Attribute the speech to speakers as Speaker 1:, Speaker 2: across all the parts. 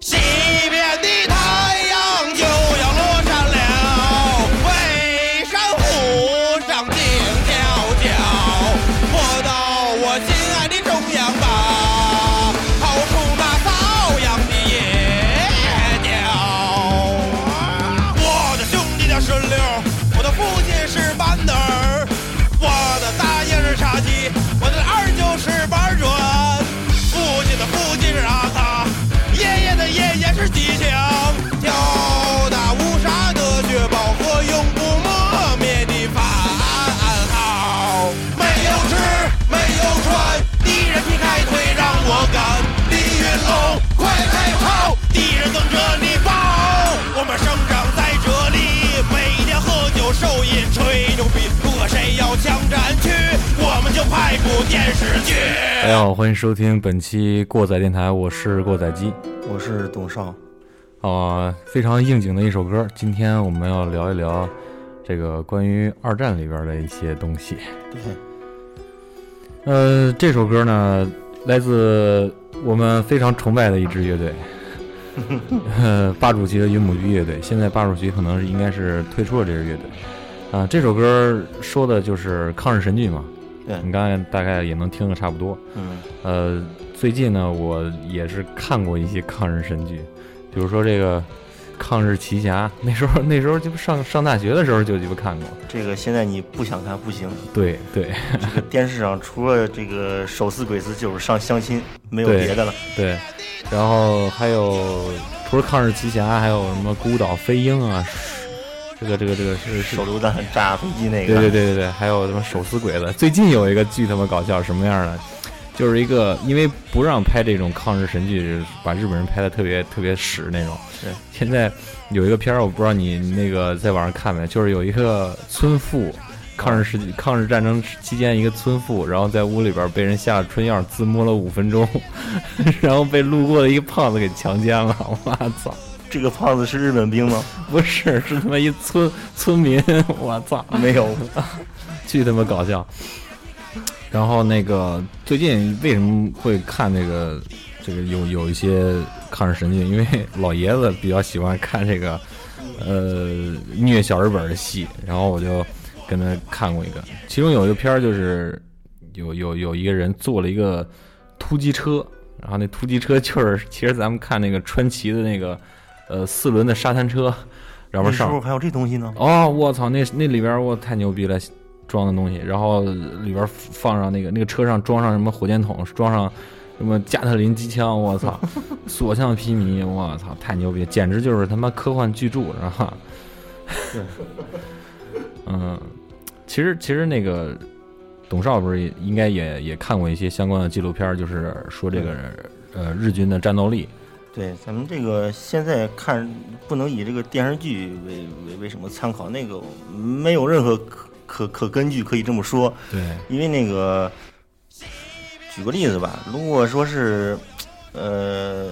Speaker 1: 西边的太阳就要落山了，北山湖上静悄悄，摸到我心爱的中央吧，掏出那搔痒的野鸟。啊我的兄弟叫顺溜，我的父亲是班德儿，我的大爷是茶几，我的二舅是板砖，父亲的父亲是阿卡，啊爷爷的爷爷是吉祥。跳打乌沙的雪宝和永不磨灭的番号，没有吃，没有穿，敌人劈开腿让我赶，李云龙，快开炮，敌人等着你报。我们生长在这里，每天喝酒、受饮、吹牛逼。如果谁要抢占区，我们就拍部电视
Speaker 2: 大
Speaker 1: 剧。
Speaker 2: 家哎好，欢迎收听本期过载电台，我是过载机。
Speaker 3: 我是董少，
Speaker 2: 啊、非常应景的一首歌。今天我们要聊一聊这个关于二战里边的一些东西。呃，这首歌呢，来自我们非常崇拜的一支乐 队，呃，巴主席的云母居乐队。现在巴主席可能是应该是退出了这支乐队。啊、这首歌说的就是抗日神剧嘛。
Speaker 3: 对
Speaker 2: 你刚才大概也能听得差不多。
Speaker 3: 嗯，
Speaker 2: 呃，最近呢，我也是看过一些抗日神剧，比如说这个《抗日奇侠》， 那时候那时候就上上大学的时候就鸡巴看过。
Speaker 3: 这个现在你不想看不行，
Speaker 2: 对对
Speaker 3: 这个电视上除了这个手撕鬼子就是上相亲，没有
Speaker 2: 对
Speaker 3: 别的了。
Speaker 2: 对，然后还有除了《抗日奇侠》，还有什么《孤岛飞鹰》啊，是这个这个这个是是
Speaker 3: 手。榴弹炸飞机那
Speaker 2: 对
Speaker 3: 个，
Speaker 2: 对对对对，还有什么手撕鬼子？最近有一个巨他妈搞笑，什么样的？就是一个因为不让拍这种抗日神剧，把日本人拍的特别特别屎那种。
Speaker 3: 是
Speaker 2: 现在有一个片儿，我不知道你那个在网上看没，就是有一个村妇，抗日时
Speaker 3: 嗯
Speaker 2: 期抗日战争期间一个村妇，然后在屋里边被人下了春药，自摸了五分钟， 然后被路过的一个胖子给强奸了。我操！
Speaker 3: 这个胖子是日本兵吗？
Speaker 2: 不是，是他妈一村村民，我操！
Speaker 3: 没有，
Speaker 2: 巨他妈搞笑。然后那个最近为什么会看这个这个有有一些抗日神剧？因为老爷子比较喜欢看这个呃虐小日本的戏，然后我就跟他看过一个，其中有一个片儿就是有有有一个人坐了一个突击车，然后那突击车就是其实咱们看那个川崎的那个呃四轮的沙滩车，然后
Speaker 3: 那时
Speaker 2: 上
Speaker 3: 候还有这东西呢。
Speaker 2: 哦，我操，那那里边儿我太牛逼了，装的东西，然后里边儿放上那个那个车上装上什么火箭筒，装上什么加特林机枪，我操，所向披靡，我操，太牛逼，简直就是他妈科幻巨著，是吧？ 嗯，其实其实那个董少不是也应该也也看过一些相关的纪录片儿，就是说这个呃日军的战斗力，
Speaker 3: 对，咱们这个现在看不能以这个电视剧为为为什么参考，那个没有任何可可可根据可以这么说，
Speaker 2: 对，
Speaker 3: 因为那个，举个例子吧，如果说是，呃，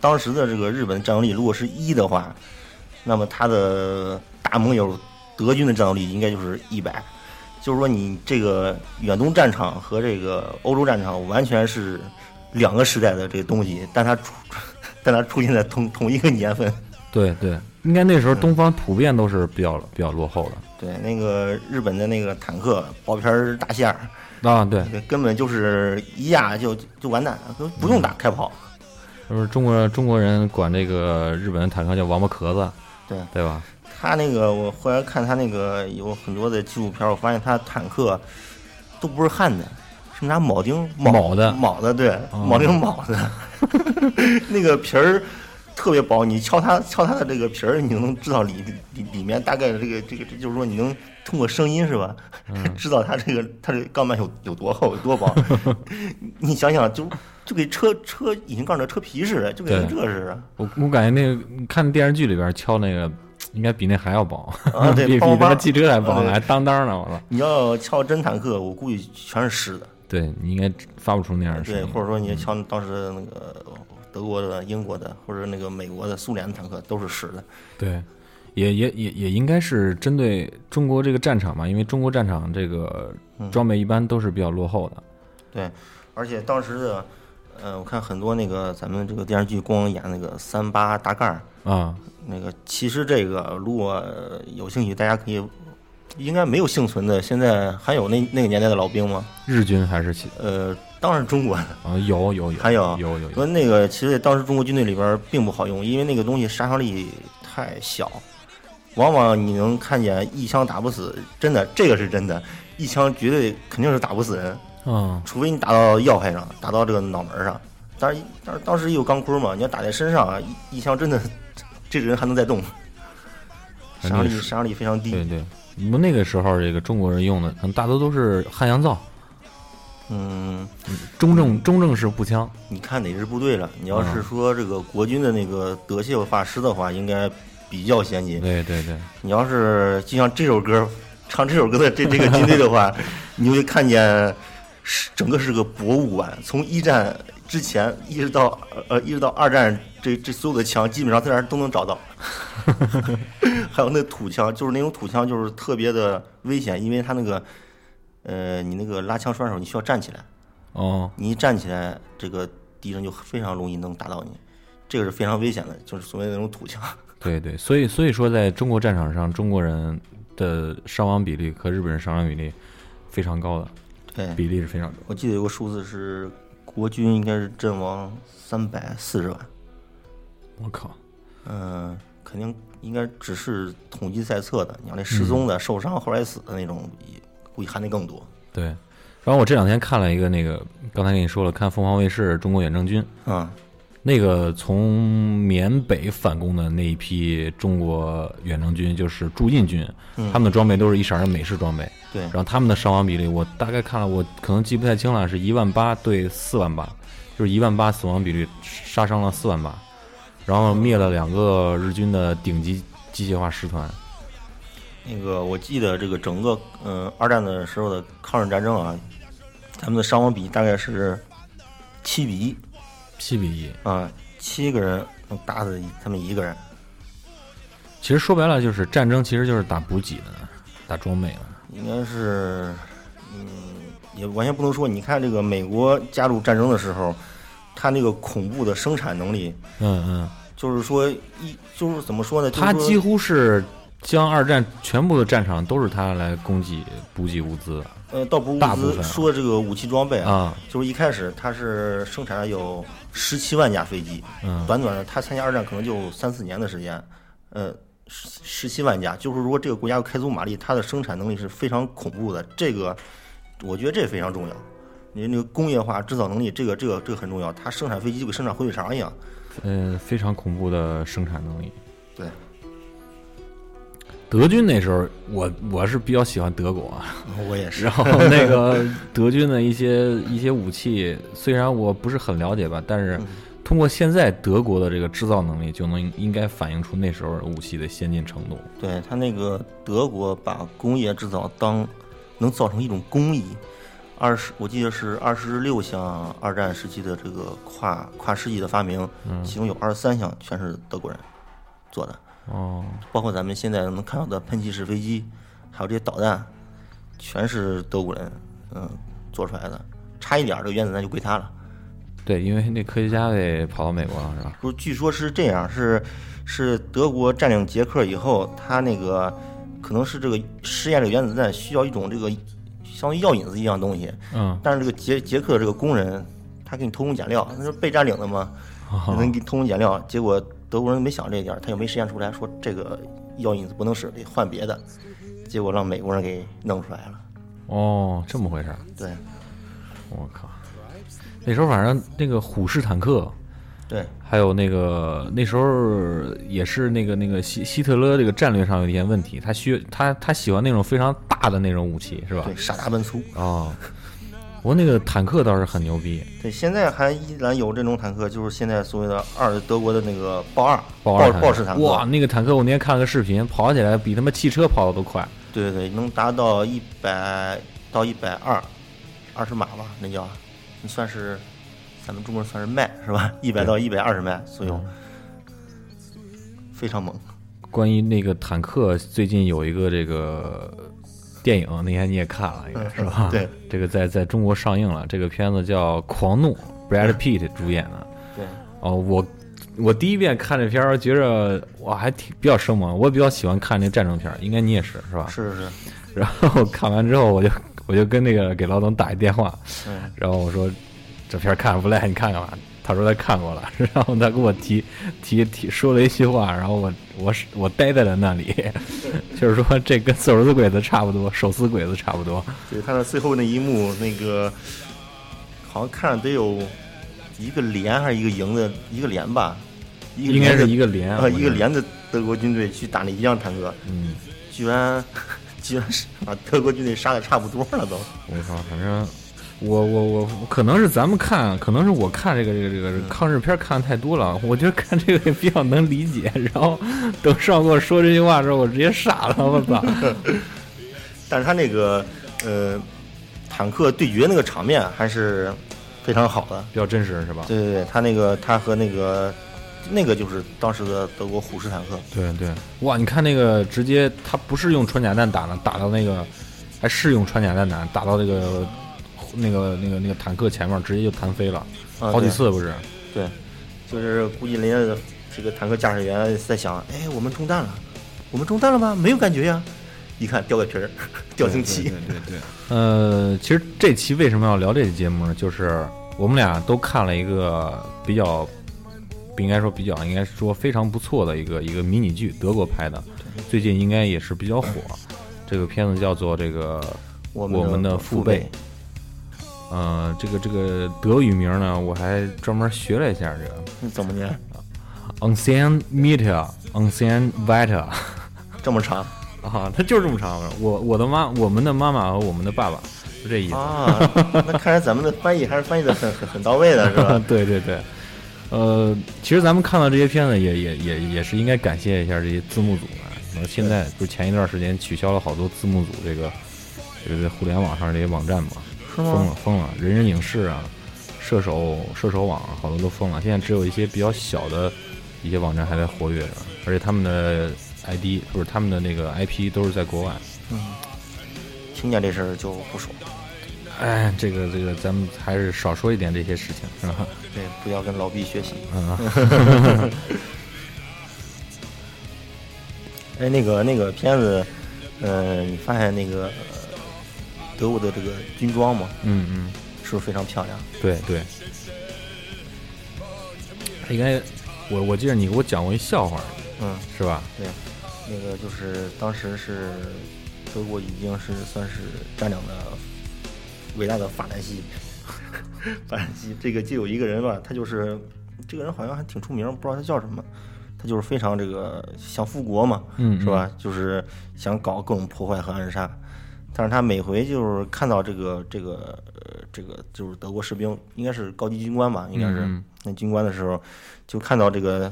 Speaker 3: 当时的这个日本战斗力如果是一的话，那么他的大盟友德军的战斗力应该就是一百，就是说你这个远东战场和这个欧洲战场完全是两个时代的这个东西，但它出， 但它出现在同同一个年份。
Speaker 2: 对对，应该那时候东方普遍都是比较比较落后的
Speaker 3: 对，那个日本的那个坦克薄片儿大馅儿，
Speaker 2: 啊，对。
Speaker 3: 这根本就是一压就就完蛋，都不用打开跑。
Speaker 2: 就是中国中国人管这个日本的坦克叫王八壳子，
Speaker 3: 对
Speaker 2: 对吧？
Speaker 3: 他那个我后来看他那个有很多的纪录片儿，我发现他坦克都不是焊的，是拿铆钉
Speaker 2: 铆的哦
Speaker 3: 铆的，对，铆钉铆的，那个皮儿特别薄，你敲它敲它的这个皮儿，你就能知道里里里面大概的这个这个，这就是说你能通过声音是吧，
Speaker 2: 嗯
Speaker 3: 知道它这个它这个钢板有有多厚有多薄。 你想想，就就给车车引擎盖的车皮似的，就跟
Speaker 2: 对
Speaker 3: 这似的
Speaker 2: 我我感觉那个你看电视剧里边敲那个，应该比那还要薄，
Speaker 3: 啊 对
Speaker 2: 比比
Speaker 3: 梆梆
Speaker 2: 他妈
Speaker 3: 梆
Speaker 2: 汽车还薄
Speaker 3: 啊
Speaker 2: 呢，
Speaker 3: 对
Speaker 2: 还当当呢，我操！
Speaker 3: 你要敲真坦克，我估计全是湿的。
Speaker 2: 对你应该发不出那样的声
Speaker 3: 对，
Speaker 2: 音。嗯
Speaker 3: 或者说你像当时的那个德国的、英国的，或者那个美国的、苏联的坦克都是实的。
Speaker 2: 对，也也也也应该是针对中国这个战场嘛，因为中国战场这个装备一般都是比较落后的。
Speaker 3: 对，而且当时的，呃，我看很多那个咱们这个电视剧光演那个三八大盖儿，
Speaker 2: 啊、
Speaker 3: 那个其实这个如果有兴趣，大家可以，应该没有幸存的，现在还有那那个年代的老兵吗？
Speaker 2: 日军还是起
Speaker 3: 呃，当然中国的。
Speaker 2: 啊、有有有，
Speaker 3: 还有
Speaker 2: 有有有，
Speaker 3: 说那个其实当时中国军队里边儿并不好用，因为那个东西杀伤力太小，往往你能看见一枪打不死，真的这个是真的，一枪绝对肯定是打不死人，
Speaker 2: 嗯
Speaker 3: 除非你打到要害上，打到这个脑门儿上。当然，当然当时也有钢盔嘛，你要打在身上啊，一一枪真的，这个人还能再动，杀伤力杀伤力非常
Speaker 2: 对
Speaker 3: 低。
Speaker 2: 对，我们那个时候这个中国人用的，可能大多都是汉阳造，
Speaker 3: 嗯，
Speaker 2: 中正中正式步枪。
Speaker 3: 你看哪支部队了？你要是说这个国军的那个德械化师的话，应该比较先进。
Speaker 2: 对对对，
Speaker 3: 你要是就像这首歌，唱这首歌的这这个军队的话，你会看见是整个是个博物馆，从一战之前一直到呃一直到二战，这这所有的枪基本上在那儿都能找到。还有那土枪，就是那种土枪，就是特别的危险，因为它那个呃，你那个拉枪栓的时候，你需要站起来，
Speaker 2: 哦，
Speaker 3: 你一站起来，这个敌人就非常容易能打到你，这个是非常危险的，就是所谓的那种土枪。
Speaker 2: 对对，所以所以说，在中国战场上，中国人的伤亡比例和日本人伤亡比例非常高的，
Speaker 3: 对，
Speaker 2: 比例是非常高。
Speaker 3: 我记得有个数字是国军应该是阵亡三百四十万，
Speaker 2: 我靠，
Speaker 3: 嗯、肯定应该只是统计在册的。你要那失踪的、受伤后来死的那种，也估计还得更多。
Speaker 2: 对，然后我这两天看了一个那个，刚才跟你说了，看凤凰卫视《中国远征军》，
Speaker 3: 嗯，
Speaker 2: 那个从缅北反攻的那一批中国远征军，就是驻印军，他们的装备都是一色儿的美式装备，
Speaker 3: 对
Speaker 2: 然后他们的伤亡比例，我大概看了，我可能记不太清了，是一万八对四万八，就是一万八死亡比率杀伤了四万八，然后灭了两个日军的顶级机械化师团，
Speaker 3: 那个我记得这个整个嗯、呃二战的时候的抗日战争啊，咱们的伤亡比大概是七比一
Speaker 2: 七比一。
Speaker 3: 啊、七个人能打死他们一个人。
Speaker 2: 其实说白了就是战争，其实就是打补给的，打装备的。
Speaker 3: 应该是，嗯，也完全不能说。你看这个美国加入战争的时候，它那个恐怖的生产能力，
Speaker 2: 嗯嗯，
Speaker 3: 就是说一就是怎么说呢？
Speaker 2: 他
Speaker 3: 就是说
Speaker 2: 几乎是将二战全部的战场都是他来供给补给物资的
Speaker 3: 呃，倒不是
Speaker 2: 大
Speaker 3: 物
Speaker 2: 部分
Speaker 3: 资，
Speaker 2: 啊
Speaker 3: 说这个武器装备啊，
Speaker 2: 啊。
Speaker 3: 就是一开始它是生产有十七万架飞机，
Speaker 2: 嗯
Speaker 3: 短短的他参加二战可能就三四年的时间，呃。十十七万架，就是如果这个国家要开足马力，它的生产能力是非常恐怖的。这个，我觉得这非常重要。你那个工业化制造能力，这个这个这个很重要。它生产飞机就跟生产火腿肠一样。
Speaker 2: 嗯、非常恐怖的生产能力。
Speaker 3: 对，
Speaker 2: 德军那时候，我我是比较喜欢德国啊，
Speaker 3: 我也是
Speaker 2: 然。后那个德军的一些一些武器，虽然我不是很了解吧，但是通过现在德国的这个制造能力，就能应该反映出那时候武器的先进程度。
Speaker 3: 对他那个德国把工业制造当能造成一种工艺，二十我记得是二十六项二战时期的这个跨跨世纪的发明，其中有二十三项全是德国人做的，
Speaker 2: 哦，
Speaker 3: 包括咱们现在能看到的喷气式飞机，还有这些导弹，全是德国人嗯做出来的，差一点儿这个原子弹就归他了。
Speaker 2: 对，因为那科学家得跑到美国了，是吧？
Speaker 3: 不，据说是这样，是是德国占领捷克以后，他那个可能是这个试验这个原子弹需要一种这个相当于药引子一样东西，
Speaker 2: 嗯，
Speaker 3: 但是这个捷捷克这个工人他给你偷工减料，那是被占领的嘛，
Speaker 2: 哦
Speaker 3: 能给你偷工减料，结果德国人没想这一点，他又没实验出来，说这个药引子不能使，得换别的，结果让美国人给弄出来了，
Speaker 2: 哦，这么回事儿。
Speaker 3: 对。
Speaker 2: 我靠，那时候反正那个虎式坦克，
Speaker 3: 对，
Speaker 2: 还有那个那时候也是那个那个希希特勒这个战略上有一些问题，他需他他喜欢那种非常大的那种武器，是吧
Speaker 3: 对，？傻大笨粗。
Speaker 2: 哦，不过那个坦克倒是很牛逼，
Speaker 3: 对，现在还依然有这种坦克，就是现在所谓的二德国的那个豹二、
Speaker 2: 豹
Speaker 3: 豹
Speaker 2: 二坦克
Speaker 3: 豹式坦克。
Speaker 2: 哇，那个坦克我那天看了个视频，跑起来比他妈汽车跑的都快。
Speaker 3: 对对对，能达到一百到一百二，二十码吧，那叫，你算是咱们中国人算是迈是吧？一百到一百二十迈左右，
Speaker 2: 嗯
Speaker 3: 非常猛。
Speaker 2: 关于那个坦克，最近有一个这个电影，那天你也看了，应该是吧？
Speaker 3: 嗯对，
Speaker 2: 这个在在中国上映了，这个片子叫《狂怒》，Brad Pitt 主演的。
Speaker 3: 对，
Speaker 2: 哦，我我第一遍看这片儿，觉着哇，还挺比较生猛。我比较喜欢看那战争片儿，应该你也是是吧？
Speaker 3: 是是是，
Speaker 2: 然后看完之后，我就我就跟那个给老总打一电话，
Speaker 3: 嗯，
Speaker 2: 然后我说这片儿看着不赖，你看看吧。他说他看过了， 然后他给我提提提说了一句话，然后我我是我呆在了那里， 就是说这跟手撕鬼子差不多，手撕鬼子差不多。
Speaker 3: 对，他的最后那一幕，那个好像看着得有一个连还是一个营的一个连吧，一个
Speaker 2: 应该
Speaker 3: 连
Speaker 2: 是
Speaker 3: 的
Speaker 2: 一个连
Speaker 3: 啊、
Speaker 2: 我
Speaker 3: 一
Speaker 2: 觉
Speaker 3: 个
Speaker 2: 得
Speaker 3: 连的德国军队去打那一辆坦克，
Speaker 2: 嗯，
Speaker 3: 居然居然是把德国军队杀的差不多了都。
Speaker 2: 我操，反正我我我可能是咱们看，可能是我看这个这个这个抗日片看的太多了，我觉得看这个也比较能理解。然后等上给我说这句话之后，我直接傻了，我操！
Speaker 3: 但是他那个呃坦克对决那个场面还是非常好的。
Speaker 2: 比较真实是吧？
Speaker 3: 对对对，他那个他和那个那个就是当时的德国虎式坦克，
Speaker 2: 对对，哇，你看那个直接他不是用穿甲弹打的，打到那个还是用穿甲弹打，打到那个那个那个那个坦克前面，直接就弹飞了，
Speaker 3: 啊
Speaker 2: 好几次不是？
Speaker 3: 对，就是估计人家的这个坦克驾驶员在想，哎，我们中弹了，我们中弹了吧？没有感觉呀。一看掉个皮儿， 掉蒸汽。
Speaker 2: 对对呃，其实这期为什么要聊这期节目呢？就是我们俩都看了一个比较，不应该说比较，应该说非常不错的一个一个迷你剧，德国拍的，最近应该也是比较火。这个片子叫做这个
Speaker 3: 我
Speaker 2: 们
Speaker 3: 们
Speaker 2: 的
Speaker 3: 父
Speaker 2: 辈。呃，这个这个德语名呢，我还专门学了一下，这个
Speaker 3: 辈怎么念？
Speaker 2: Ancien Meter Ancien Weiter
Speaker 3: 这么长
Speaker 2: 啊，它就是这么长的。我我的妈，我们的妈妈和我们的爸爸，就这意思。？
Speaker 3: 啊？那看来咱们的翻译还是翻译的很很很到位的，是吧
Speaker 2: 对对对，呃，其实咱们看到这些片子也，也也也是应该感谢一下这些字幕组啊。那现在不是前一段时间取消了好多字幕组这个这个互联网上这些网站嘛，
Speaker 3: 是吗
Speaker 2: 封了封了，人人影视啊、射手射手网啊好多都封了，现在只有一些比较小的一些网站还在活跃着，而且他们的 ID 不是他们的那个 IP 都是在国外。
Speaker 3: 听见这事儿就不爽。
Speaker 2: 哎，这个这个，咱们还是少说一点这些事情，是 吧？
Speaker 3: 对，不要跟老毕学习。
Speaker 2: 嗯，
Speaker 3: 哎，那个那个片子，呃，你发现那个呃德国的这个军装吗？
Speaker 2: 嗯嗯。
Speaker 3: 是不是非常漂亮？
Speaker 2: 对对，应该我我记得你给我讲过一笑话，
Speaker 3: 嗯，
Speaker 2: 是吧？
Speaker 3: 对，那个就是当时是德国已经是算是占领了伟大的法兰西， 法兰西这个就有一个人吧，他就是这个人好像还挺出名，不知道他叫什么。他就是非常这个想复国嘛，
Speaker 2: 嗯
Speaker 3: 是吧？就是想搞各种破坏和暗杀，但是他每回就是看到这个这个呃这个就是德国士兵，应该是高级军官吧，应该是
Speaker 2: 嗯
Speaker 3: 那军官的时候，就看到这个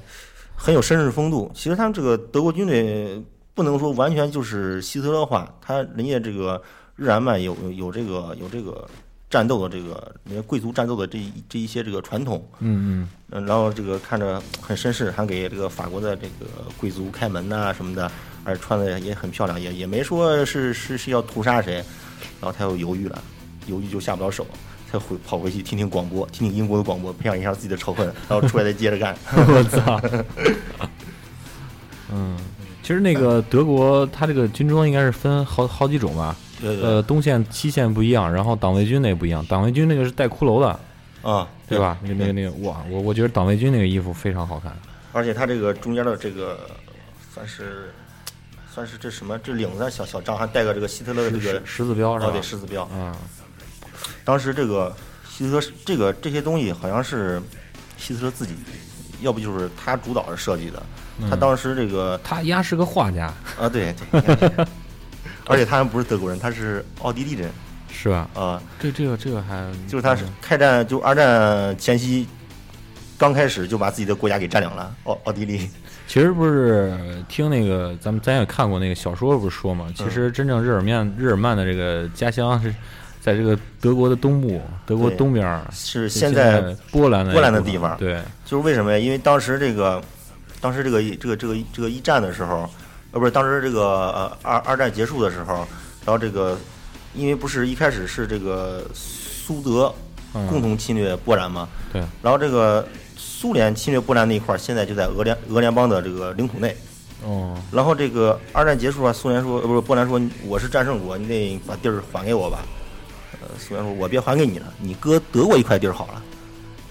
Speaker 3: 很有绅士风度。其实他们这个德国军队不能说完全就是希特勒化，他人家这个日耳曼有有有这个有这个战斗的这个人家贵族战斗的这一这一些这个传统，
Speaker 2: 嗯
Speaker 3: 嗯，然后这个看着很绅士，还给这个法国的这个贵族开门呐、什么的，而且穿的也很漂亮，也也没说是是是要屠杀谁，然后他又犹豫了，犹豫就下不了手，他回跑回去听听广播，听听英国的广播，培养一下自己的仇恨，然后出来再接着干。
Speaker 2: 嗯， 我操， 嗯，其实那个德国它这个军装应该是分好好几种吧，
Speaker 3: 对
Speaker 2: 呃，东线西线不一样，然后党卫军那不一样，党卫军那个是带骷髅的，
Speaker 3: 啊，
Speaker 2: 对吧？那个那个那个，哇，我我觉得党卫军那个衣服非常好看，
Speaker 3: 而且它这个中间的这个算是算是这什么这领子小小章还带个这个希特勒的这个
Speaker 2: 十十字标是
Speaker 3: 哦
Speaker 2: 吧？
Speaker 3: 对十字标，
Speaker 2: 嗯，
Speaker 3: 当时这个希特勒是这个这些东西好像是希特勒自己，要不就是他主导着设计的。他当时这个
Speaker 2: 他丫是个画家，
Speaker 3: 啊，对对，应该是而且他还不是德国人，他是奥地利人
Speaker 2: 是吧？
Speaker 3: 啊、
Speaker 2: 这这个这个还
Speaker 3: 就是他是开战就二战前夕刚开始就把自己的国家给占领了，奥奥地利。
Speaker 2: 其实不是听那个，咱们咱也看过那个小说，不是说
Speaker 3: 嗯
Speaker 2: 嘛？其实真正日耳曼日耳曼的这个家乡是在这个德国的东部，德国
Speaker 3: 对
Speaker 2: 东边儿，就
Speaker 3: 是现
Speaker 2: 现
Speaker 3: 在
Speaker 2: 波兰的
Speaker 3: 波兰的
Speaker 2: 一部分
Speaker 3: 地方
Speaker 2: 对，
Speaker 3: 就是为什么呀？因为当时这个，当时这个这个这个这个一战的时候，呃，不是当时这个呃二二战结束的时候，然后这个，因为不是一开始是这个苏德
Speaker 2: 嗯
Speaker 3: 共同侵略波兰嘛，
Speaker 2: 对，
Speaker 3: 然后这个苏联侵略波兰那一块儿，现在就在俄联俄联邦的这个领土内。
Speaker 2: 哦，
Speaker 3: 然后这个二战结束啊，苏联说，呃，不是波兰说，我是战胜国，你得把地儿还给我吧。呃，苏联说，我别还给你了，你割德国一块地儿好了，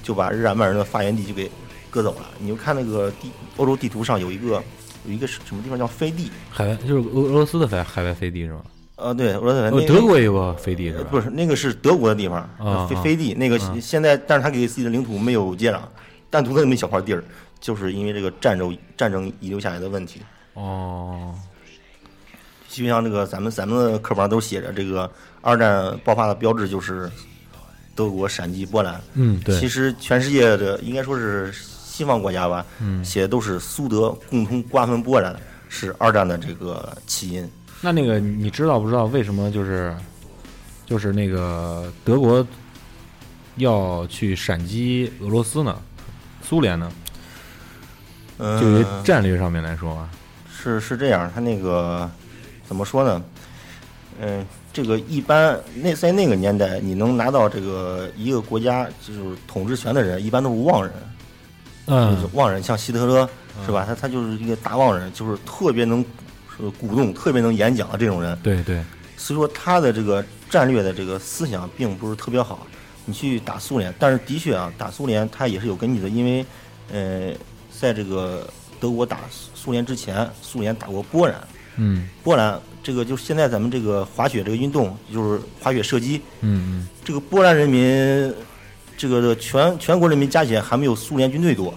Speaker 3: 就把日耳曼人的发源地就给割走了。你就看那个地欧洲地图上有一个有一个什么地方叫飞地，
Speaker 2: 海外就是俄俄罗斯的海海外飞地是吧？
Speaker 3: 呃，对，俄罗斯人
Speaker 2: 哦
Speaker 3: 那，
Speaker 2: 德国也有个飞地是
Speaker 3: 呃
Speaker 2: 吧？
Speaker 3: 不是那个是德国的地方，
Speaker 2: 啊
Speaker 3: 飞
Speaker 2: 啊
Speaker 3: 飞地那个现在，但是他给自己的领土没有接壤，单独的那么一小块地儿，就是因为这个战争战争遗留下来的问题。
Speaker 2: 哦，
Speaker 3: 就像这个咱们咱们的课本上都写着，这个二战爆发的标志就是德国闪击波兰。
Speaker 2: 嗯，对
Speaker 3: 其，实全世界的应该说是西方国家吧，
Speaker 2: 嗯
Speaker 3: 写的都是苏德共同瓜分波兰是二战的这个起因。
Speaker 2: 那那个你知道不知道为什么就是就是那个德国要去闪击俄罗斯呢？苏联呢？
Speaker 3: 嗯、
Speaker 2: 就于战略上面来说啊吧，
Speaker 3: 是是这样，他那个怎么说呢？嗯、这个一般那在那个年代，你能拿到这个一个国家就是统治权的人，一般都是妄人。就是
Speaker 2: 嗯，
Speaker 3: 旺人，像希特勒是吧？他他就是一个大旺人，就是特别能呃鼓动、特别能演讲的这种人。
Speaker 2: 对对，
Speaker 3: 所以说他的这个战略的这个思想并不是特别好。你去打苏联，但是的确啊，打苏联他也是有根据的，因为呃，在这个德国打苏联之前，苏联打过波兰，
Speaker 2: 嗯
Speaker 3: 波兰这个就是现在咱们这个滑雪这个运动，就是滑雪射击，
Speaker 2: 嗯
Speaker 3: 这个波兰人民，这个全全国人民加起来还没有苏联军队多，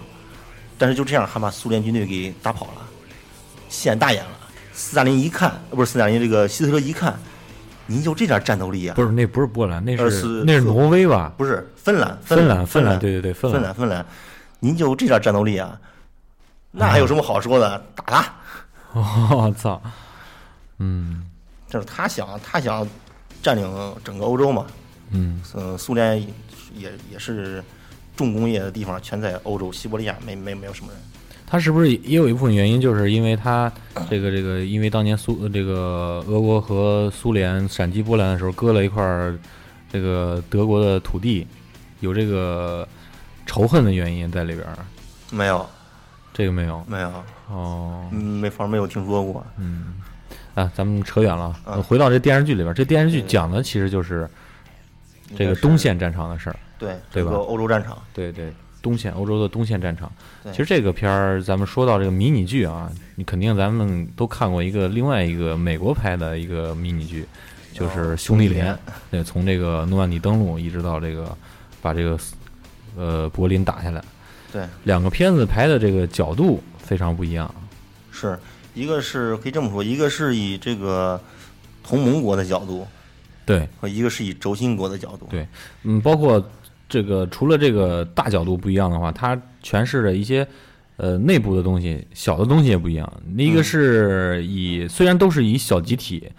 Speaker 3: 但是就这样还把苏联军队给打跑了，现大眼了。斯大林一看，呃不是斯大林，这个希特勒一看，您就这点战斗力啊？
Speaker 2: 嗯，不是，那不是波兰，那
Speaker 3: 呃
Speaker 2: 是
Speaker 3: 是
Speaker 2: 那是
Speaker 3: 是
Speaker 2: 挪威吧？
Speaker 3: 不是芬兰，
Speaker 2: 芬
Speaker 3: 兰，
Speaker 2: 兰
Speaker 3: 芬
Speaker 2: 芬兰
Speaker 3: 兰，
Speaker 2: 对对对
Speaker 3: 芬
Speaker 2: 芬兰
Speaker 3: 兰，芬兰，您就这点战斗力啊？那还有什么好说的？打他！
Speaker 2: 我操，嗯
Speaker 3: 这是他想，他想占领整个欧洲嘛？
Speaker 2: 嗯，
Speaker 3: 嗯，苏联也也是重工业的地方，全在欧洲，西伯利亚没没没有什么人。
Speaker 2: 他是不是也有一部分原因，就是因为他这个这个，因为当年苏这个俄国和苏联闪击波兰的时候，割了一块儿这个德国的土地，有这个仇恨的原因在里边儿，
Speaker 3: 没有，
Speaker 2: 这个没有
Speaker 3: 没有，
Speaker 2: 哦，
Speaker 3: 嗯没法没有听说过。
Speaker 2: 嗯，啊，咱们扯远了，
Speaker 3: 啊
Speaker 2: 回到这电视剧里边儿，这电视剧讲的其实就是这
Speaker 3: 应该
Speaker 2: 个
Speaker 3: 是
Speaker 2: 东线战场的事儿。
Speaker 3: 对
Speaker 2: 对吧
Speaker 3: 这个欧洲战场，
Speaker 2: 对对，东线欧洲的东线战场。
Speaker 3: 对
Speaker 2: 其实这个片儿，咱们说到这个迷你剧啊，你肯定咱们都看过一个另外一个美国拍的一个迷你剧，就是《哦兄弟连》。对，从这个诺曼底登陆一直到这个把这个呃柏林打下来，
Speaker 3: 对，
Speaker 2: 两个片子拍的这个角度非常不一样。
Speaker 3: 是一个是可以这么说，一个是以这个同盟国的角度，
Speaker 2: 对，
Speaker 3: 和一个是以轴心国的角度。
Speaker 2: 对嗯，包括这个除了这个大角度不一样的话，它诠释的一些呃内部的东西，小的东西也不一样。一
Speaker 3: 嗯
Speaker 2: 个是以、虽然都是以小集体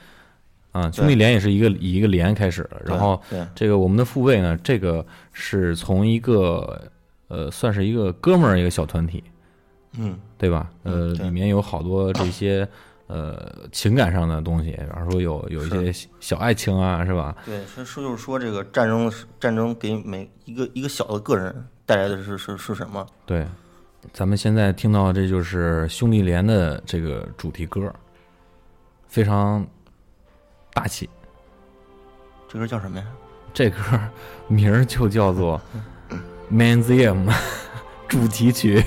Speaker 2: 啊，兄弟连也是一个以一个连开始的，
Speaker 3: 对，
Speaker 2: 然后
Speaker 3: 对
Speaker 2: 这个我们的父辈呢，这个是从一个呃算是一个哥们儿一个小团体，
Speaker 3: 嗯，
Speaker 2: 对吧？
Speaker 3: 嗯
Speaker 2: 呃，
Speaker 3: 对
Speaker 2: 里面有好多这些。呃，情感上的东西，比方说有有一些小小爱情啊，是吧？
Speaker 3: 对，所以说就是说这个战争战争给每一个一个小的个人带来的是是是什么？
Speaker 2: 对，咱们现在听到这就是兄弟连的这个主题歌，非常大气。
Speaker 3: 这歌叫什么呀？
Speaker 2: 这歌名儿就叫做《Man's Game》主 题曲。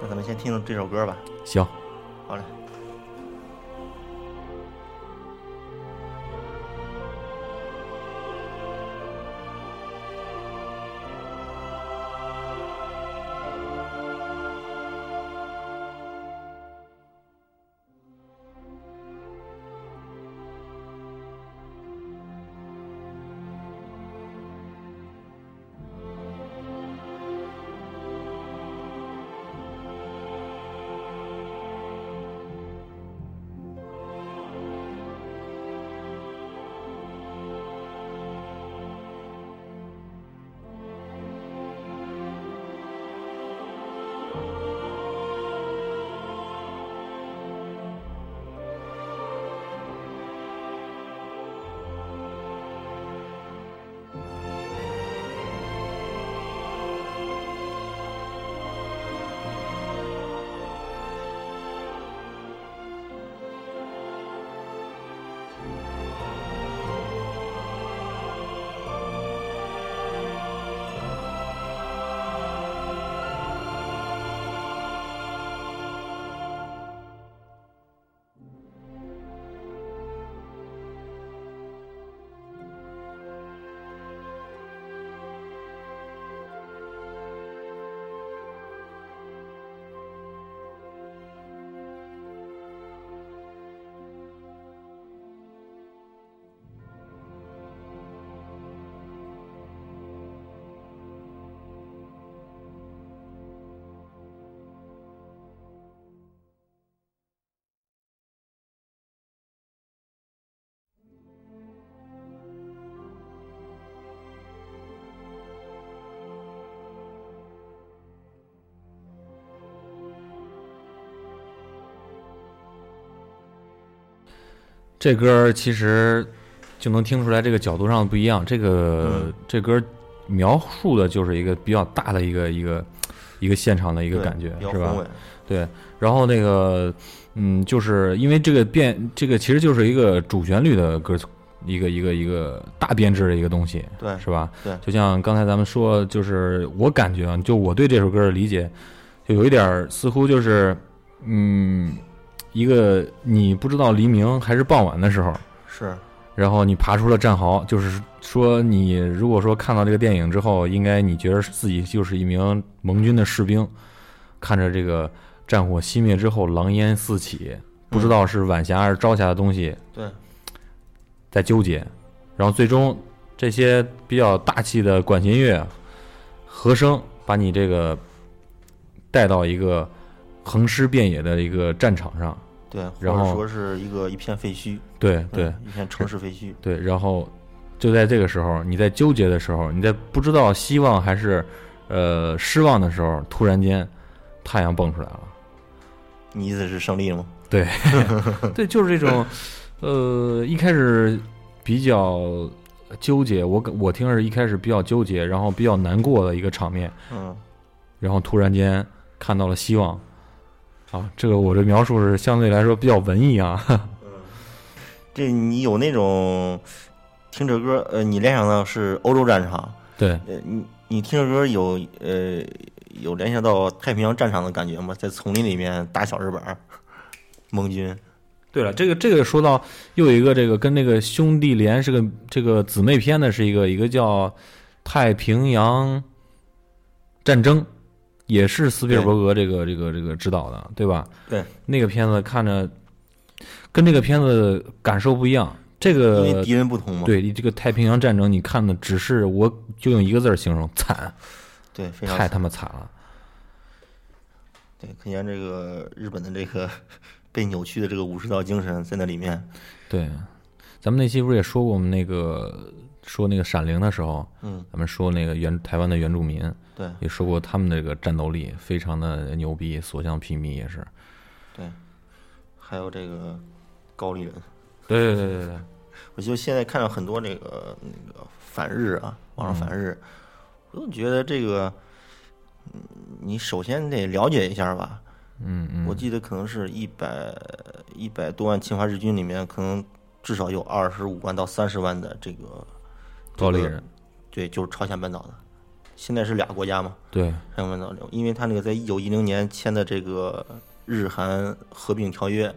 Speaker 3: 那咱们先听听这首歌吧。
Speaker 2: 行，
Speaker 3: 好嘞。
Speaker 4: Thank
Speaker 2: 这歌其实就能听出来这个角度上不一样。这个、
Speaker 3: 嗯
Speaker 2: 这歌描述的就是一个比较大的一个一个一个现场的一个感觉
Speaker 3: 对比较，
Speaker 2: 是吧
Speaker 3: 宏？伟，
Speaker 2: 对，然后那个，嗯，就是因为这个变，这个其实就是一个主旋律的歌，一个一个一个大编制的一个东西，
Speaker 3: 对
Speaker 2: 是吧？
Speaker 3: 对
Speaker 2: 就像刚才咱们说，就是我感觉啊，就我对这首歌的理解，就有一点儿似乎就是，嗯，一个你不知道黎明还是傍晚的时候，
Speaker 3: 是，
Speaker 2: 然后你爬出了战壕，就是说你如果说看到这个电影之后，应该你觉得自己就是一名盟军的士兵，看着这个战火熄灭之后，狼烟四起，不知道是晚霞还是朝霞的东西
Speaker 3: 对，
Speaker 2: 在纠结，然后最终这些比较大气的管弦乐和声把你这个带到一个横尸遍野的一个战场上，
Speaker 3: 对，或
Speaker 2: 然
Speaker 3: 者
Speaker 2: 后
Speaker 3: 说是一个一片废墟，
Speaker 2: 对
Speaker 3: 嗯
Speaker 2: 对，
Speaker 3: 一片城市废墟，
Speaker 2: 对，然后就在这个时候，你在纠结的时候，你在不知道希望还是呃失望的时候，突然间太阳蹦出来了。
Speaker 3: 你意思是胜利了吗？
Speaker 2: 对，对，就是这种，呃，一开始比较纠结，我我听着一开始比较纠结，然后比较难过的一个场面，
Speaker 3: 嗯，
Speaker 2: 然后突然间看到了希望。啊，这个我这描述是相对来说比较文艺啊，
Speaker 3: 这你有那种听着歌，呃，你联想到是欧洲战场，
Speaker 2: 对，
Speaker 3: 呃，你你听着歌有呃有联想到太平洋战场的感觉吗？在丛林里面打小日本儿，盟军，
Speaker 2: 对了，这个这个说到又有一个这个跟那个兄弟连是个这个姊妹篇的，是一个一个叫《太平洋战争》，也是斯皮尔伯格这个这个这个指导的，对吧？
Speaker 3: 对，
Speaker 2: 那个片子看着跟这个片子感受不一样。这
Speaker 3: 因为
Speaker 2: 个
Speaker 3: 敌人不同嘛，
Speaker 2: 呃对你这个太平洋战争，你看的只是我就用一个字儿形容惨，
Speaker 3: 对，非常
Speaker 2: 太他妈惨了。
Speaker 3: 对，可见这个日本的这个 被扭曲的这个武士道精神在那里面，
Speaker 2: 对，咱们那期不是也说过我们那个说那个《闪灵》的时候，
Speaker 3: 嗯，
Speaker 2: 咱们说那个原台湾的原住民，
Speaker 3: 对
Speaker 2: 也说过他们这个战斗力非常的牛逼，所向披靡也是。
Speaker 3: 对，还有这个高丽人，
Speaker 2: 对对对对对，
Speaker 3: 我就现在看到很多这个嗯那个反日啊，网上反
Speaker 2: 嗯
Speaker 3: 日，我都觉得这个，嗯你首先得了解一下吧。
Speaker 2: 嗯嗯，
Speaker 3: 我记得可能是一百一百多万侵华日军里面，可能至少有二十五万到三十万的这个
Speaker 2: 高丽人，
Speaker 3: 对，就是朝鲜半岛的。现在是俩国家嘛，
Speaker 2: 对
Speaker 3: 朝鲜半岛，因为他那个在一九一零年签的这个日韩合并条约，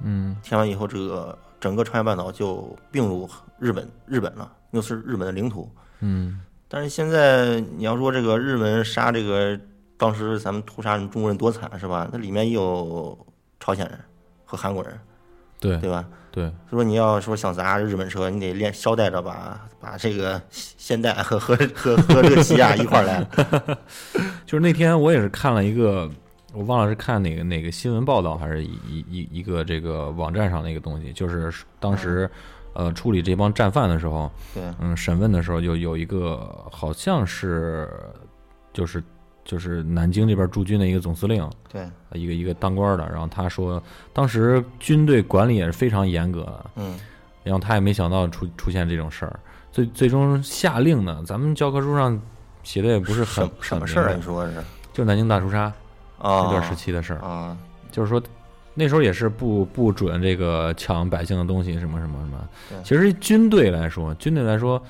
Speaker 2: 嗯
Speaker 3: 签完以后，这个整个朝鲜半岛就并入日本日本了，又是日本的领土。
Speaker 2: 嗯，
Speaker 3: 但是现在你要说这个日本杀这个当时咱们屠杀中国人多惨是吧？那里面也有朝鲜人和韩国人，
Speaker 2: 对
Speaker 3: 对吧？
Speaker 2: 对
Speaker 3: 所以说你要说想砸日本车，你得连捎带着把把这个现代和和和和这个西亚一块儿 来。
Speaker 2: 就是那天我也是看了一个，我忘了是看哪个哪个新闻报道，还是一一一一个这个网站上的一个东西，就是当时，呃，处理这帮战犯的时候，
Speaker 3: 对，
Speaker 2: 嗯，审问的时候有有一个好像是就是就是南京这边驻军的一个总司令，
Speaker 3: 对，
Speaker 2: 一个一个当官的，然后他说，当时军队管理也是非常严格的，
Speaker 3: 嗯，
Speaker 2: 然后他也没想到出出现这种事儿，最最终下令呢，咱们教科书上写的也不是
Speaker 3: 什
Speaker 2: 很
Speaker 3: 么什么事儿啊？
Speaker 2: 很明
Speaker 3: 你
Speaker 2: 白
Speaker 3: 说是
Speaker 2: 就是南京大屠杀
Speaker 3: 啊？
Speaker 2: 这段时期的事儿，
Speaker 3: 啊，
Speaker 2: 就是说那时候也是不不准这个抢百姓的东西，什么什么什么
Speaker 3: 对。
Speaker 2: 其实军队来说，军队来说，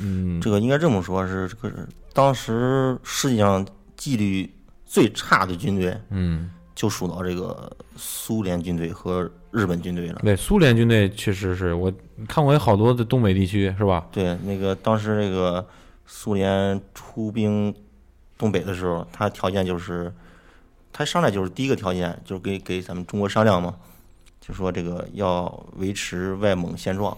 Speaker 2: 嗯，
Speaker 3: 这个应该这么说，是这个当时世界上纪律最差的军队，
Speaker 2: 嗯，
Speaker 3: 就数到这个苏联军队和日本军队了。
Speaker 2: 对，苏联军队确实是我看过有好多的东北地区是吧？
Speaker 3: 对，那个当时那个苏联出兵东北的时候，他条件就是，他上来就是第一个条件就是给给咱们中国商量嘛，就说这个要维持外蒙现状。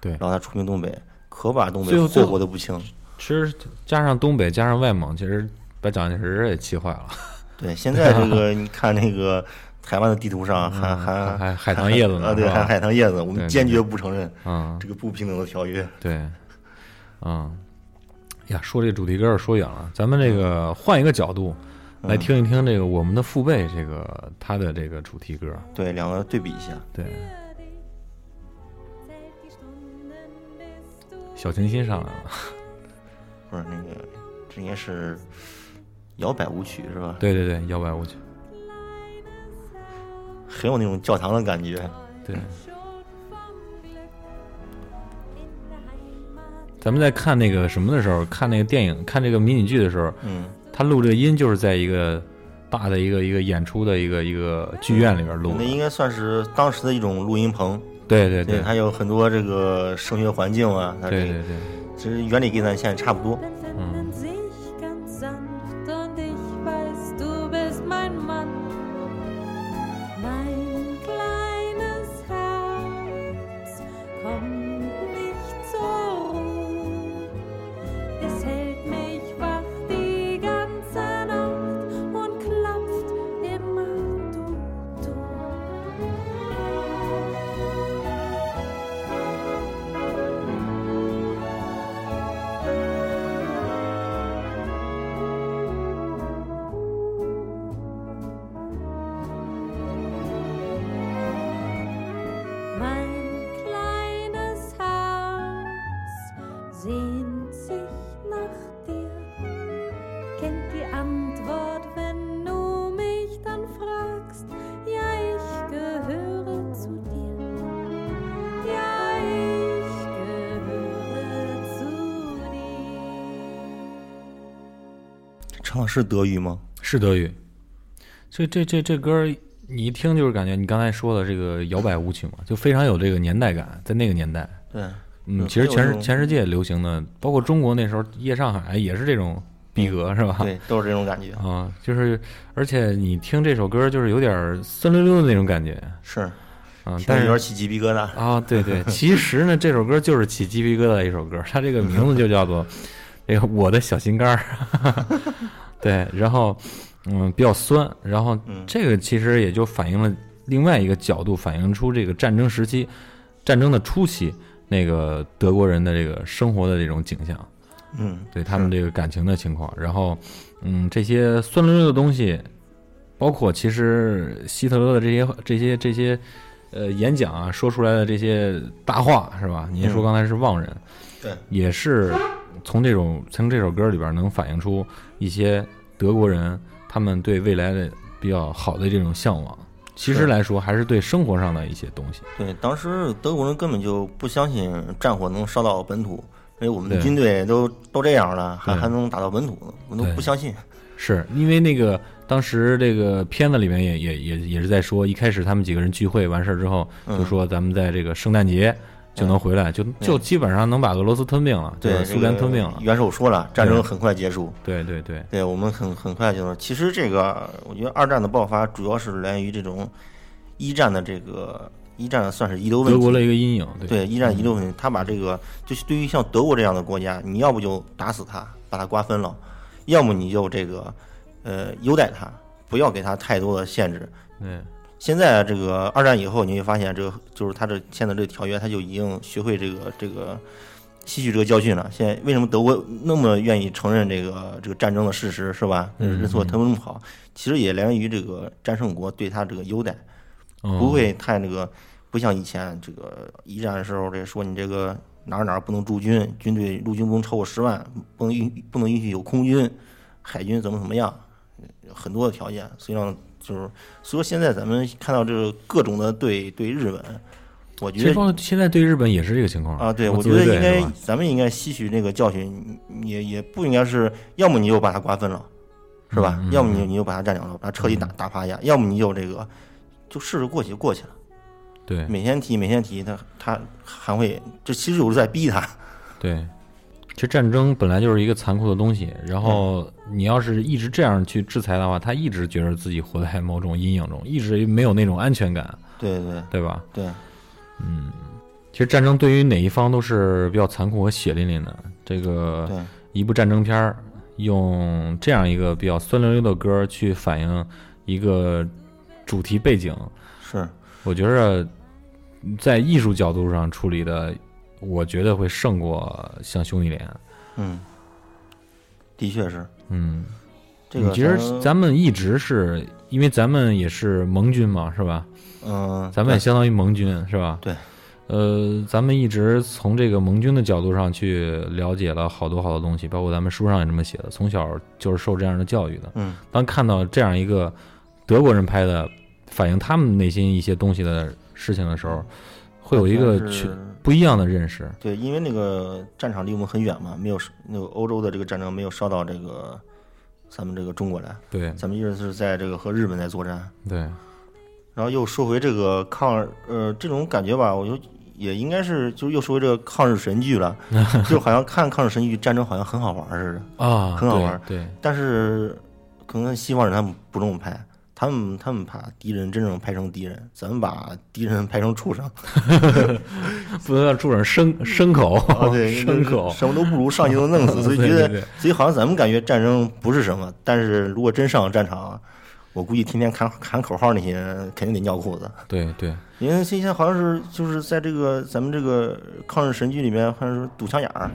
Speaker 2: 对
Speaker 3: 然后他出兵东北，可把东北
Speaker 2: 最后最
Speaker 3: 祸
Speaker 2: 后
Speaker 3: 国的不轻。
Speaker 2: 其实加上东北，加上外蒙，其实把蒋介石也气坏了，
Speaker 3: 对，现在这 个你看那个台湾的地图上还还
Speaker 2: 嗯还还海棠叶子呢
Speaker 3: 啊，对，
Speaker 2: 是吧
Speaker 3: 还海棠叶子，我
Speaker 2: 对
Speaker 3: 们
Speaker 2: 对
Speaker 3: 坚决不承认
Speaker 2: 嗯，
Speaker 3: 这个不平等的条约。
Speaker 2: 对，嗯，呀，说这主题歌儿说远了，咱们这个换一个角度
Speaker 3: 嗯
Speaker 2: 来听一听这个我们的父辈这个他的这个主题歌儿，
Speaker 3: 对，两个对比一下。
Speaker 2: 对，
Speaker 4: Ready,
Speaker 2: 小清新上来了。
Speaker 3: 不是那个，这应该是摇摆舞曲是吧？
Speaker 2: 对对对，摇摆舞曲，
Speaker 3: 很有那种教堂的感觉。
Speaker 2: 对。咱们在看那个什么的时候，看那个电影，看这个迷你剧的时候，
Speaker 3: 嗯，
Speaker 2: 他录这个音就是在一个大的一个一个演出的一个一个剧院里边录的。
Speaker 3: 那应该算是当时的一种录音棚。
Speaker 2: 对对对
Speaker 3: 它有很多这个声学环境啊，它
Speaker 2: 对
Speaker 3: 这
Speaker 2: 对对，
Speaker 3: 其实原理跟咱现在差不多。
Speaker 4: Dann finden sich ganz sanft und ich weiß, du bist mein Mann. Mein kleines Herz kommt nicht zur Ruhe. Es hält mich wach die ganze Nacht und klopft immer du, du. Mein kleines Herz sehnt sich nach dir, kennt die Antwort, wenn du mich dann fragst. Ja, ich gehöre zu dir. Ja, ich gehöre zu dir.
Speaker 3: 唱的是德语吗？
Speaker 2: 是德语。这这这这歌儿你一听就是感觉你刚才说的这个摇摆舞曲嘛，就非常有这个年代感，在那个年代。
Speaker 3: 对，
Speaker 2: 嗯，
Speaker 3: 嗯
Speaker 2: 其实全
Speaker 3: 还
Speaker 2: 世
Speaker 3: 有那种
Speaker 2: 全世界流行的，包括中国那时候夜上海也是这种逼格，是吧？
Speaker 3: 对，都是这种感觉。
Speaker 2: 啊，就是而且你听这首歌就是有点儿酸溜溜的那种感觉
Speaker 3: 是，
Speaker 2: 啊
Speaker 3: 听，着
Speaker 2: 但
Speaker 3: 有点
Speaker 2: 是
Speaker 3: 起鸡皮疙瘩。
Speaker 2: 啊，对对，其实呢，这首歌就是起鸡皮疙瘩的一首歌，它这个名字就叫做那个我的小心肝儿，对，然后嗯比较酸，然后
Speaker 3: 嗯
Speaker 2: 这个其实也就反映了另外一个角度，反映出这个战争时期、战争的初期那个德国人的这个生活的这种景象。
Speaker 3: 嗯，
Speaker 2: 对他们这个感情的情况。然后，嗯，这些酸溜溜的东西，包括其实希特勒的这些这些这些呃演讲啊，说出来的这些大话是吧？您说
Speaker 3: 嗯
Speaker 2: 刚才是忘人，
Speaker 3: 对，
Speaker 2: 也是从这种从这首歌里边能反映出一些德国人他们对未来的比较好的这种向往。其实
Speaker 3: 是
Speaker 2: 来说，还是对生活上的一些东西。
Speaker 3: 对，当时德国人根本就不相信战火能烧到本土，因为我们的
Speaker 2: 对
Speaker 3: 军队都都这样了，还
Speaker 2: 对
Speaker 3: 还能打到本土呢，我们都
Speaker 2: 对
Speaker 3: 不相信。
Speaker 2: 是因为那个当时这个片子里面也也也也是在说，一开始他们几个人聚会完事儿之后，
Speaker 3: 嗯
Speaker 2: 就说咱们在这个圣诞节就能回来，就就基本上能把俄罗斯吞并了，就是
Speaker 3: 对，
Speaker 2: 苏联
Speaker 3: 这个
Speaker 2: 吞并了。
Speaker 3: 元首说了，战
Speaker 2: 对
Speaker 3: 争很快结束。
Speaker 2: 对对对
Speaker 3: 对我们很很快就是，其实这个我觉得二战的爆发主要是来源于这种一战的这个一战算是遗留问
Speaker 2: 德
Speaker 3: 题，
Speaker 2: 国嗯的一个阴影。
Speaker 3: 对一战遗留问题，他把这个就是对于像德国这样的国家，你要不就打死他，把他瓜分了，要么你就这个呃优待他，不要给他太多的限制。
Speaker 2: 对
Speaker 3: 现在这个二战以后，你会发现这个就是他这签的这个条约，他就已经学会这个这个吸取这个教训了。现在为什么德国那么愿意承认这个这个战争的事实是吧？
Speaker 2: 嗯
Speaker 3: 认错他们那么好，其实也来源于这个战胜国对他这个优待，
Speaker 2: 嗯
Speaker 3: 不会太那个，不像以前这个一战的时候，这说你这个哪儿哪儿不能驻军，军队陆军不能超过十万，不能允不能允许有空军、海军怎么怎么样，有很多的条件，所以让就是所以说现在咱们看到这个各种的对对日本，我
Speaker 2: 其
Speaker 3: 觉
Speaker 2: 实
Speaker 3: 得
Speaker 2: 包括现在对日本也是这个情况
Speaker 3: 啊，对
Speaker 2: 我
Speaker 3: 我
Speaker 2: 自
Speaker 3: 觉
Speaker 2: 卫
Speaker 3: 得
Speaker 2: 队
Speaker 3: 应该
Speaker 2: 是吧
Speaker 3: 咱们应该吸取那个教训，也也不应该是要么你就把它瓜分了，是吧？
Speaker 2: 嗯嗯嗯
Speaker 3: 要么你就你就把它占领了，把它彻底打打趴下，要么你就这个就试着过去就过去了。
Speaker 2: 对
Speaker 3: 每天提，每天提，他他还会，这其实我是在逼他。
Speaker 2: 对，其实战争本来就是一个残酷的东西，然
Speaker 3: 嗯
Speaker 2: 后你要是一直这样去制裁的话，他一直觉得自己活在某种阴影中，一直没有那种安全感，
Speaker 3: 对对
Speaker 2: 对吧？
Speaker 3: 对，
Speaker 2: 嗯其实战争对于哪一方都是比较残酷和血淋淋的。这个
Speaker 3: 对
Speaker 2: 一部战争片儿，用这样一个比较酸溜溜的歌儿去反映一个主题背景，
Speaker 3: 是，
Speaker 2: 我觉着在艺术角度上处理的，我觉得会胜过像《兄弟连》。
Speaker 3: 嗯，的确是
Speaker 2: 嗯，
Speaker 3: 这个。
Speaker 2: 其实咱们一直是因为咱们也是盟军嘛，是吧？
Speaker 3: 嗯，
Speaker 2: 咱们也相当于盟军，是吧？
Speaker 3: 对。
Speaker 2: 呃，咱们一直从这个盟军的角度上去了解了好多好多东西，包括咱们书上也这么写的，从小就是受这样的教育的。
Speaker 3: 嗯，
Speaker 2: 当看到这样一个德国人拍的反映他们内心一些东西的事情的时候，会有一个
Speaker 3: 但
Speaker 2: 去
Speaker 3: 是
Speaker 2: 不一样的认识。
Speaker 3: 对，因为那个战场离我们很远嘛，没有那个欧洲的这个战争没有烧到这个咱们这个中国来，
Speaker 2: 对
Speaker 3: 咱们一直是在这个和日本在作战。
Speaker 2: 对，
Speaker 3: 然后又说回这个抗日呃这种感觉吧，我就也应该是就又说回这个抗日神 剧了，就好像看抗日神剧战争好像很好玩似的，
Speaker 2: 啊，
Speaker 3: 很好
Speaker 2: 对
Speaker 3: 玩儿
Speaker 2: 对，
Speaker 3: 但是可能西方人他们不这么拍。他们他们把敌人真正拍成敌人，咱们把敌人拍 成畜生
Speaker 2: 不能让助人牲牲口，
Speaker 3: 啊！ 对，
Speaker 2: 哦牲口。
Speaker 3: 什么都不如，上去都弄 死，所以
Speaker 2: 对
Speaker 3: 觉
Speaker 2: 对
Speaker 3: 得
Speaker 2: 对
Speaker 3: 所以好像咱们感觉战争不是什么，但是如果真上战场，我估计天天喊喊口号那些人肯定得尿裤子。
Speaker 2: 对对
Speaker 3: 因为现在好像是就是在这个咱们这个抗日神剧里面，好像是堵枪眼儿。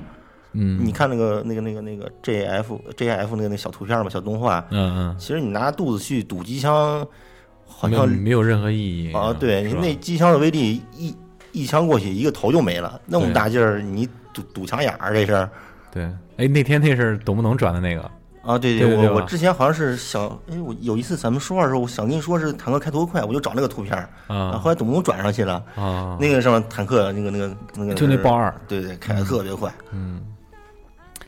Speaker 2: 嗯
Speaker 3: 你看那个那个那个那个 JF JF 那个那个小图片嘛，小动画。
Speaker 2: 嗯
Speaker 3: 其实你拿肚子去堵机枪，好
Speaker 2: 嗯，没有
Speaker 3: 像
Speaker 2: 没有任何意义
Speaker 3: 啊，对
Speaker 2: 是
Speaker 3: 你
Speaker 2: 吧
Speaker 3: 那机枪的威力一一枪过去，一个头就没了，那么
Speaker 2: 对
Speaker 3: 大劲儿，你堵堵枪眼儿这事儿。
Speaker 2: 对，哎，那天那是懂不懂转的那个，
Speaker 3: 啊，对
Speaker 2: 对对
Speaker 3: 我我
Speaker 2: 吧
Speaker 3: 之前好像是想，哎，我有一次咱们说话的时候，我想跟你说是坦克开多快，我就找那个图片儿，
Speaker 2: 啊
Speaker 3: 后来总共转上去了，
Speaker 2: 啊，
Speaker 3: 那个上面坦克那个那个那个
Speaker 2: 就那豹二，
Speaker 3: 对对，
Speaker 2: 嗯
Speaker 3: 开的特别 快，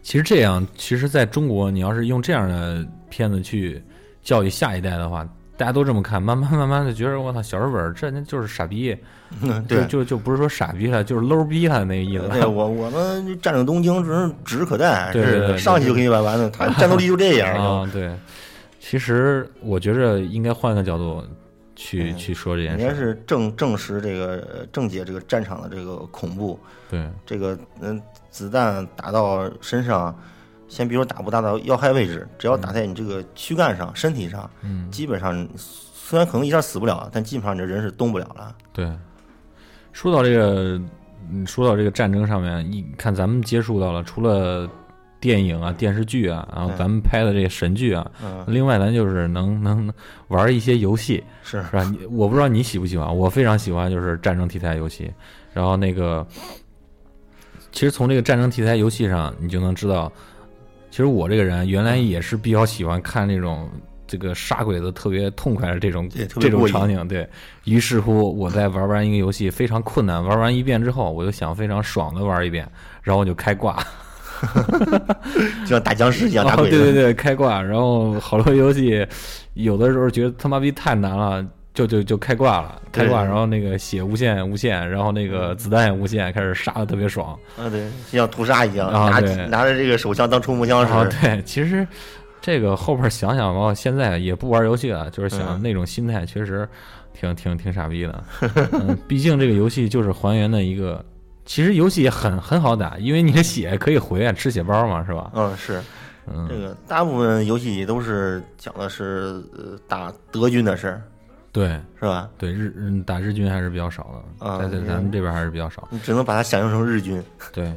Speaker 2: 其实这样，其实在中国，你要是用这样的片子去教育下一代的话，大家都这么看，慢慢慢慢的觉得我操，小日本儿这那就是傻逼，就
Speaker 3: 对。
Speaker 2: 就就不是说傻逼了，就是 low 逼了那个意思。
Speaker 3: 对我，我们就占领东京，只是指日可待，
Speaker 2: 对对
Speaker 3: 是
Speaker 2: 对对
Speaker 3: 上去就给你玩完了。他战斗力就这样，
Speaker 2: 啊，对，其实我觉着应该换个角度去、
Speaker 3: 嗯
Speaker 2: 去说这
Speaker 3: 就
Speaker 2: 件
Speaker 3: 应
Speaker 2: 事
Speaker 3: 该
Speaker 2: 儿。
Speaker 3: 是证证实这个呃正解这个战场的这个恐怖，
Speaker 2: 对
Speaker 3: 这个嗯子弹打到身上，先别说打不打到要害位置，只要打在你这个躯干上、身体上，
Speaker 2: 嗯
Speaker 3: 基本上虽然可能一下死不了，但基本上你这人是动不了 了。
Speaker 2: 对，说到这个，嗯说到这个战争上面，一看咱们接触到了，除了电影啊、电视剧啊，然后
Speaker 3: 对
Speaker 2: 咱们拍的这个神剧啊，
Speaker 3: 嗯，
Speaker 2: 另外，咱就是能能玩一些游戏，
Speaker 3: 是
Speaker 2: 是吧？你我不知道你喜不喜欢，我非常喜欢就是战争题材游戏。然后那个，其实从这个战争题材游戏上，你就能知道，其实我这个人原
Speaker 3: 嗯
Speaker 2: 来也是比较喜欢看这种这个杀鬼子特别痛快的这种
Speaker 3: 对特别
Speaker 2: 这种
Speaker 3: 过瘾
Speaker 2: 场景。对于是乎，我在玩完一个游戏非常困难，玩完一遍之后，我就想非常爽的玩一遍，然后我就开挂。
Speaker 3: 就像打僵尸一样打
Speaker 2: 哦，
Speaker 3: 鬼
Speaker 2: 对对
Speaker 3: 子。
Speaker 2: 对，开挂，然后好多游戏有的时候觉得他妈逼太难了，就就就开挂了，开挂，
Speaker 3: 对
Speaker 2: 然后那个血无限无限，然后那个子弹也无限，开始杀的特别爽。
Speaker 3: 啊，对，就像屠杀一样，
Speaker 2: 啊
Speaker 3: 拿
Speaker 2: 对
Speaker 3: 拿着这个手枪当冲锋枪
Speaker 2: 啊，
Speaker 3: 使。
Speaker 2: 对，其实这个后边想想吧，现在也不玩游戏了，就是想
Speaker 3: 嗯
Speaker 2: 那种心态确实挺挺挺傻逼的。嗯，毕竟这个游戏就是还原的一个。其实游戏也很很好打，因为你的血可以回啊，吃血包嘛，是吧？
Speaker 3: 嗯，是
Speaker 2: 嗯
Speaker 3: 这，个大部分游戏都是讲的是呃打德军的事儿，
Speaker 2: 对
Speaker 3: 是吧？
Speaker 2: 对，日嗯打日军还是比较少的，
Speaker 3: 啊
Speaker 2: 在在咱们这边还是比较少。
Speaker 3: 你只能把它想象成日军。
Speaker 2: 对，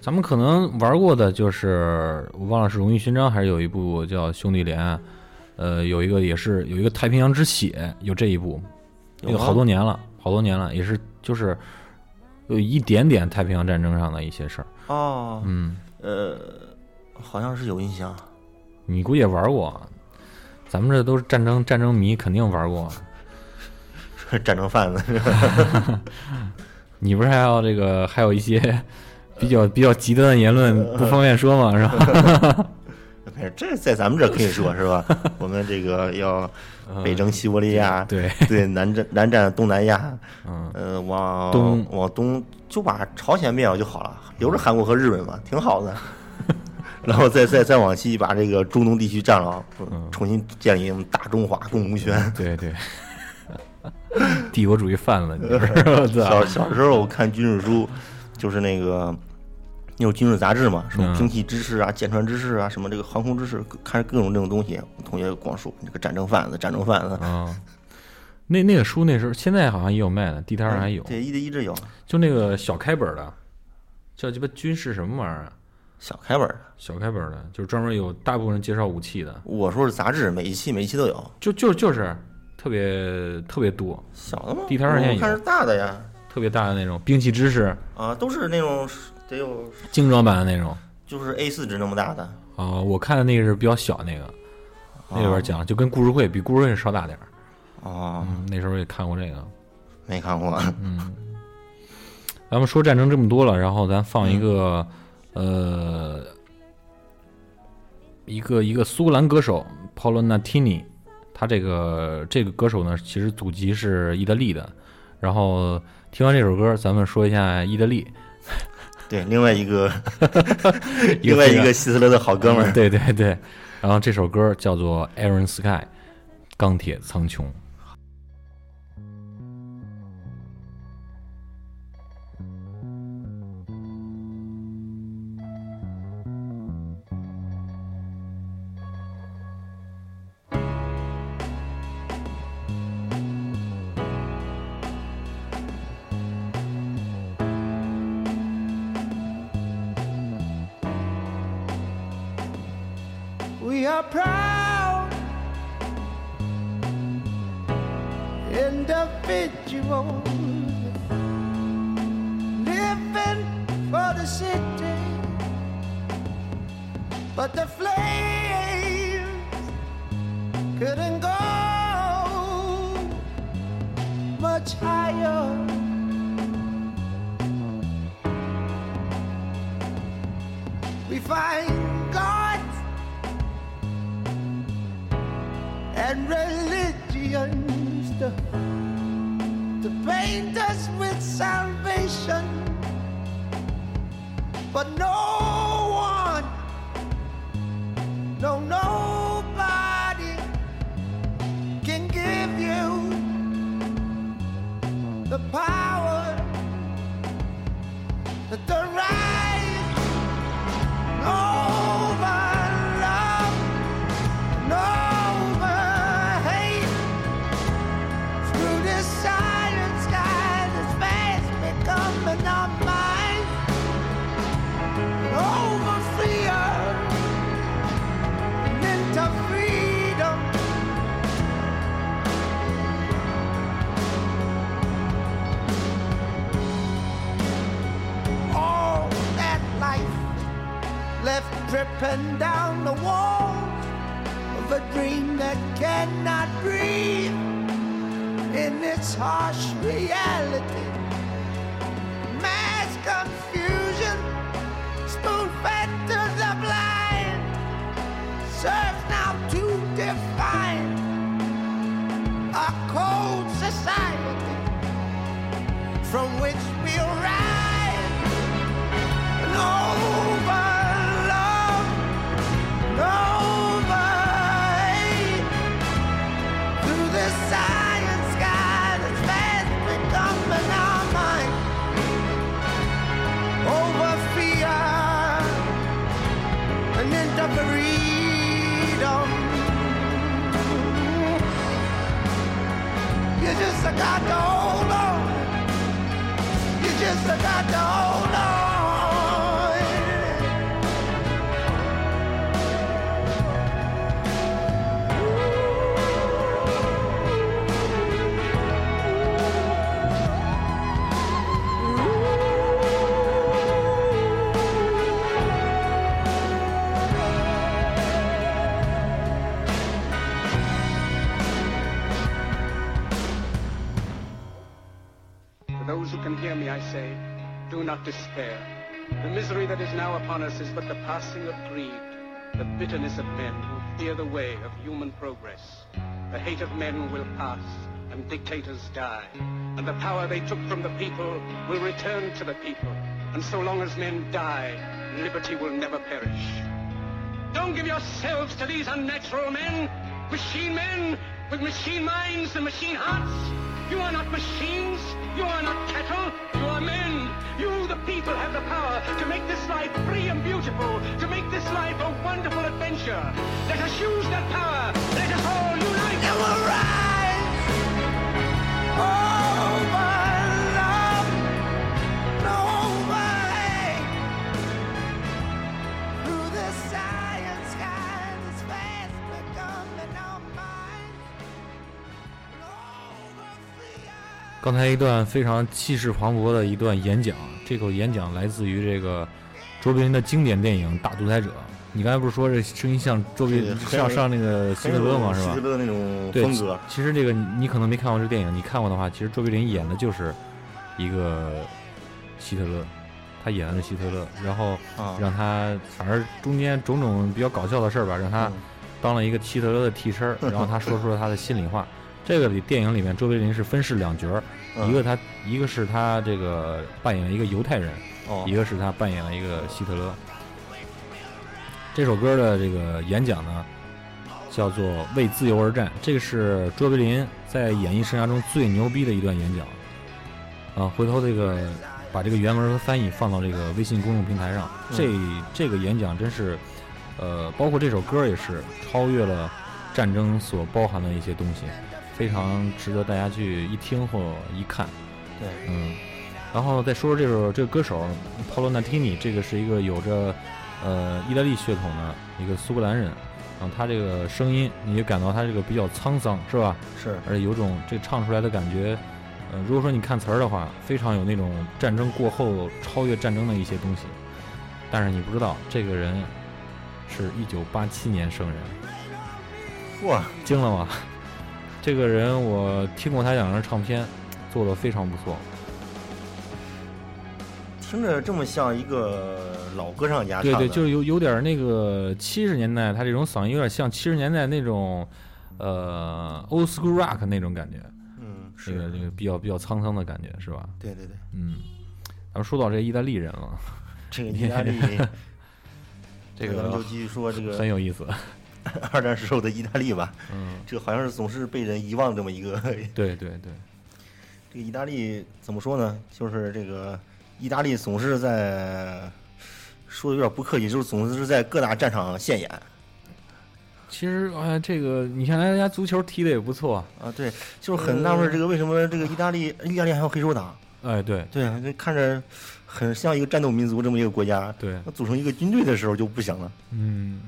Speaker 2: 咱们可能玩过的就是我忘了是《荣誉勋章》还是有一部叫《兄弟连》，呃，有一个也是有一个《太平洋之血》，有这一部，
Speaker 3: 有
Speaker 2: 那个
Speaker 3: 吗
Speaker 2: 好多年了，好多年了，也是就是有一点点太平洋战争上的一些事儿。
Speaker 3: 哦，
Speaker 2: 嗯，
Speaker 3: 呃，好像是有印象。
Speaker 2: 你估计也玩过，咱们这都是战争战争迷，肯定玩过。
Speaker 3: 战争贩子，
Speaker 2: 你不是还要这个还有一些比较比较极端的言论不方便说嘛，是吧？
Speaker 3: 没事这在咱们这可以说是吧？我们这个要北征西伯利亚，
Speaker 2: 嗯对，
Speaker 3: 对南占南占东南亚，
Speaker 2: 嗯，
Speaker 3: 呃，往
Speaker 2: 东
Speaker 3: 往东就把朝鲜灭了就好了，留着韩国和日本嘛，挺 好的。然后再再再往西，把这个中东地区占了，
Speaker 2: 嗯
Speaker 3: 重新建立我们大中华共荣 圈。
Speaker 2: 对对，帝国主义贩子，你是 我操
Speaker 3: 小！小时候我看军事书，就是那个那种军事杂志嘛，什么
Speaker 2: 嗯
Speaker 3: 兵器知识啊、舰船知识啊、什么这个航空知识，看各种这种东西。我同学光说你这个战争贩子，战争贩子，
Speaker 2: 啊，那那个书那时候现在好像也有卖的，地摊上还有，
Speaker 3: 嗯对，一直一直有
Speaker 2: 就那个小开本的，叫鸡巴军事什么玩意儿啊？
Speaker 3: 小开本儿的。
Speaker 2: 小开本的，就是专门有大部分人介绍武器的，
Speaker 3: 我说是杂志，每一期每一期都有。
Speaker 2: 就就就是特别特别多。
Speaker 3: 小的吗？哦
Speaker 2: 地摊儿上现在有
Speaker 3: 我看是大的呀，
Speaker 2: 特别大的那种兵器知识
Speaker 3: 啊，都是那种得有
Speaker 2: 精装版的那种。
Speaker 3: 就是 A 四纸那么大的，
Speaker 2: 啊、我看的那个是比较小那个，那里边讲就跟故事会比故事会少打点儿。
Speaker 3: 哦，
Speaker 2: 嗯，那时候也看过这个。
Speaker 3: 没看过，
Speaker 2: 嗯咱们说战争这么多了，然后咱放一个，
Speaker 3: 嗯
Speaker 2: 呃，一个一个苏格兰歌手 Paolo Nutini，他这个这个歌手呢，其实祖籍是意大利的。然后听完这首歌，咱们说一下意大利，
Speaker 3: 对，另外 一个
Speaker 2: 一
Speaker 3: 另外一
Speaker 2: 非常
Speaker 3: 个希斯勒的好哥们儿，
Speaker 2: 啊嗯 对对对。然后这首歌叫做《Iron Sky》，钢铁苍穹。
Speaker 5: We are proud individuals living for the city, but the flames couldn't go much higher. We find God's and religions to, to paint us with salvation. But no one, no nobody can give you the power, the right over love. No hate through this silent sky, this fast becoming our mind. Over fear and into freedom. All that life left dripping down the walls of a dream that cannot breathe in its harsh reality. Mass confusion, spoon fed to the blind, serves now to define our cold society from which we'll rise. And over love through the science sky that's fast becoming our mind. Over Oh, fear and into freedom. You just got to hold on. You just got to hold on.
Speaker 6: To those who can hear me, I say, do not despair. The misery that is now upon us is but the passing of greed, the bitterness of men who fear the way of human progress. The hate of men will pass, and dictators die, and the power they took from the people will return to the people. And so long as men die, liberty will never perish. Don't give yourselves to these unnatural men, machine men with machine minds and machine hearts. You are not machines. You are not cattle. You are men. You, the people, have the power to make this life free and beautiful, to make this life a wonderful adventure. Let us use that power. Let us all unite.
Speaker 5: It will rise over love, over hate. Through the silent sky, this fast becoming our minds. Over fear.
Speaker 2: 刚才一段非常气势磅礴的一段演讲，这个演讲来自于这个卓别林的经典电影《大独裁者》。你刚才不是说这声音像卓别
Speaker 3: 对很
Speaker 2: 像
Speaker 3: 有
Speaker 2: 上那个希特勒吗？是
Speaker 3: 希特
Speaker 2: 吧？
Speaker 3: 勒那种
Speaker 2: 对，
Speaker 3: 风格，
Speaker 2: 其其实这个你你可能没看过这个电影，你看过的话，其实卓别林演的就是一个希特勒，他演的是希特勒，然后
Speaker 3: 啊
Speaker 2: 让他反正中间种种比较搞笑的事儿吧，让他
Speaker 3: 嗯
Speaker 2: 当了一个希特勒的替身儿，然后他说出了他的心里话。这个里电影里面，卓别林是分饰两角儿，
Speaker 3: 嗯
Speaker 2: 一个他一个是他这个扮演了一个犹太人，
Speaker 3: 哦
Speaker 2: 一个是他扮演了一个希特勒。这首歌的这个演讲呢，叫做《为自由而战》，这个是卓别林在演艺生涯中最牛逼的一段演讲。啊，回头这个把这个原文和翻译放到这个微信公众平台上。这
Speaker 3: 嗯
Speaker 2: 这个演讲真是，呃，包括这首歌也是超越了战争所包含的一些东西，非常值得大家去一听或一看。
Speaker 3: 对，
Speaker 2: 嗯。然后再说说这首这个歌手 Paolo Nutini，这个是一个有着呃意大利血统的一个苏格兰人，然后他这个声音你就感到他这个比较沧桑，是吧？
Speaker 3: 是
Speaker 2: 而且有种这唱出来的感觉，呃，如果说你看词儿的话，非常有那种战争过后超越战争的一些东西。但是你不知道，这个人是一九八七年生人，
Speaker 3: 哇，
Speaker 2: 惊了吗？ 这个人我听过他两张唱片，做的非常不错。
Speaker 3: 听着这么像一个老歌唱家唱
Speaker 2: 对
Speaker 3: 的，
Speaker 2: 对，就是有有点儿那个七十年代，他这种嗓音有点像七十年代那种，呃，old school rock 那种感觉，
Speaker 3: 嗯
Speaker 2: 这个
Speaker 3: 是，
Speaker 2: 这个比较比较沧桑的感觉，是吧？
Speaker 3: 对对对，
Speaker 2: 嗯，咱们说到这意大利人了，
Speaker 3: 这个意大利，
Speaker 2: 这
Speaker 3: 咱们就
Speaker 2: 个
Speaker 3: 继续说这
Speaker 2: 很
Speaker 3: 个
Speaker 2: 有意思。
Speaker 3: 二战时候的意大利吧，
Speaker 2: 嗯，
Speaker 3: 这个好像是总是被人遗忘这么一个
Speaker 2: 对对对，
Speaker 3: 这个意大利怎么说呢？就是这个意大利总是在说的有点不客气，就是总是在各大战场现眼
Speaker 2: 其实哎呀，这个你看人家足球踢的也不错，
Speaker 3: 啊。对，就是很纳闷，这个为什么这个意大利意大利还有黑手党？
Speaker 2: 哎，对
Speaker 3: 对啊，这看着很像一个战斗民族这么一个国家。
Speaker 2: 对
Speaker 3: 那组成一个军队的时候就不行了。
Speaker 2: 嗯，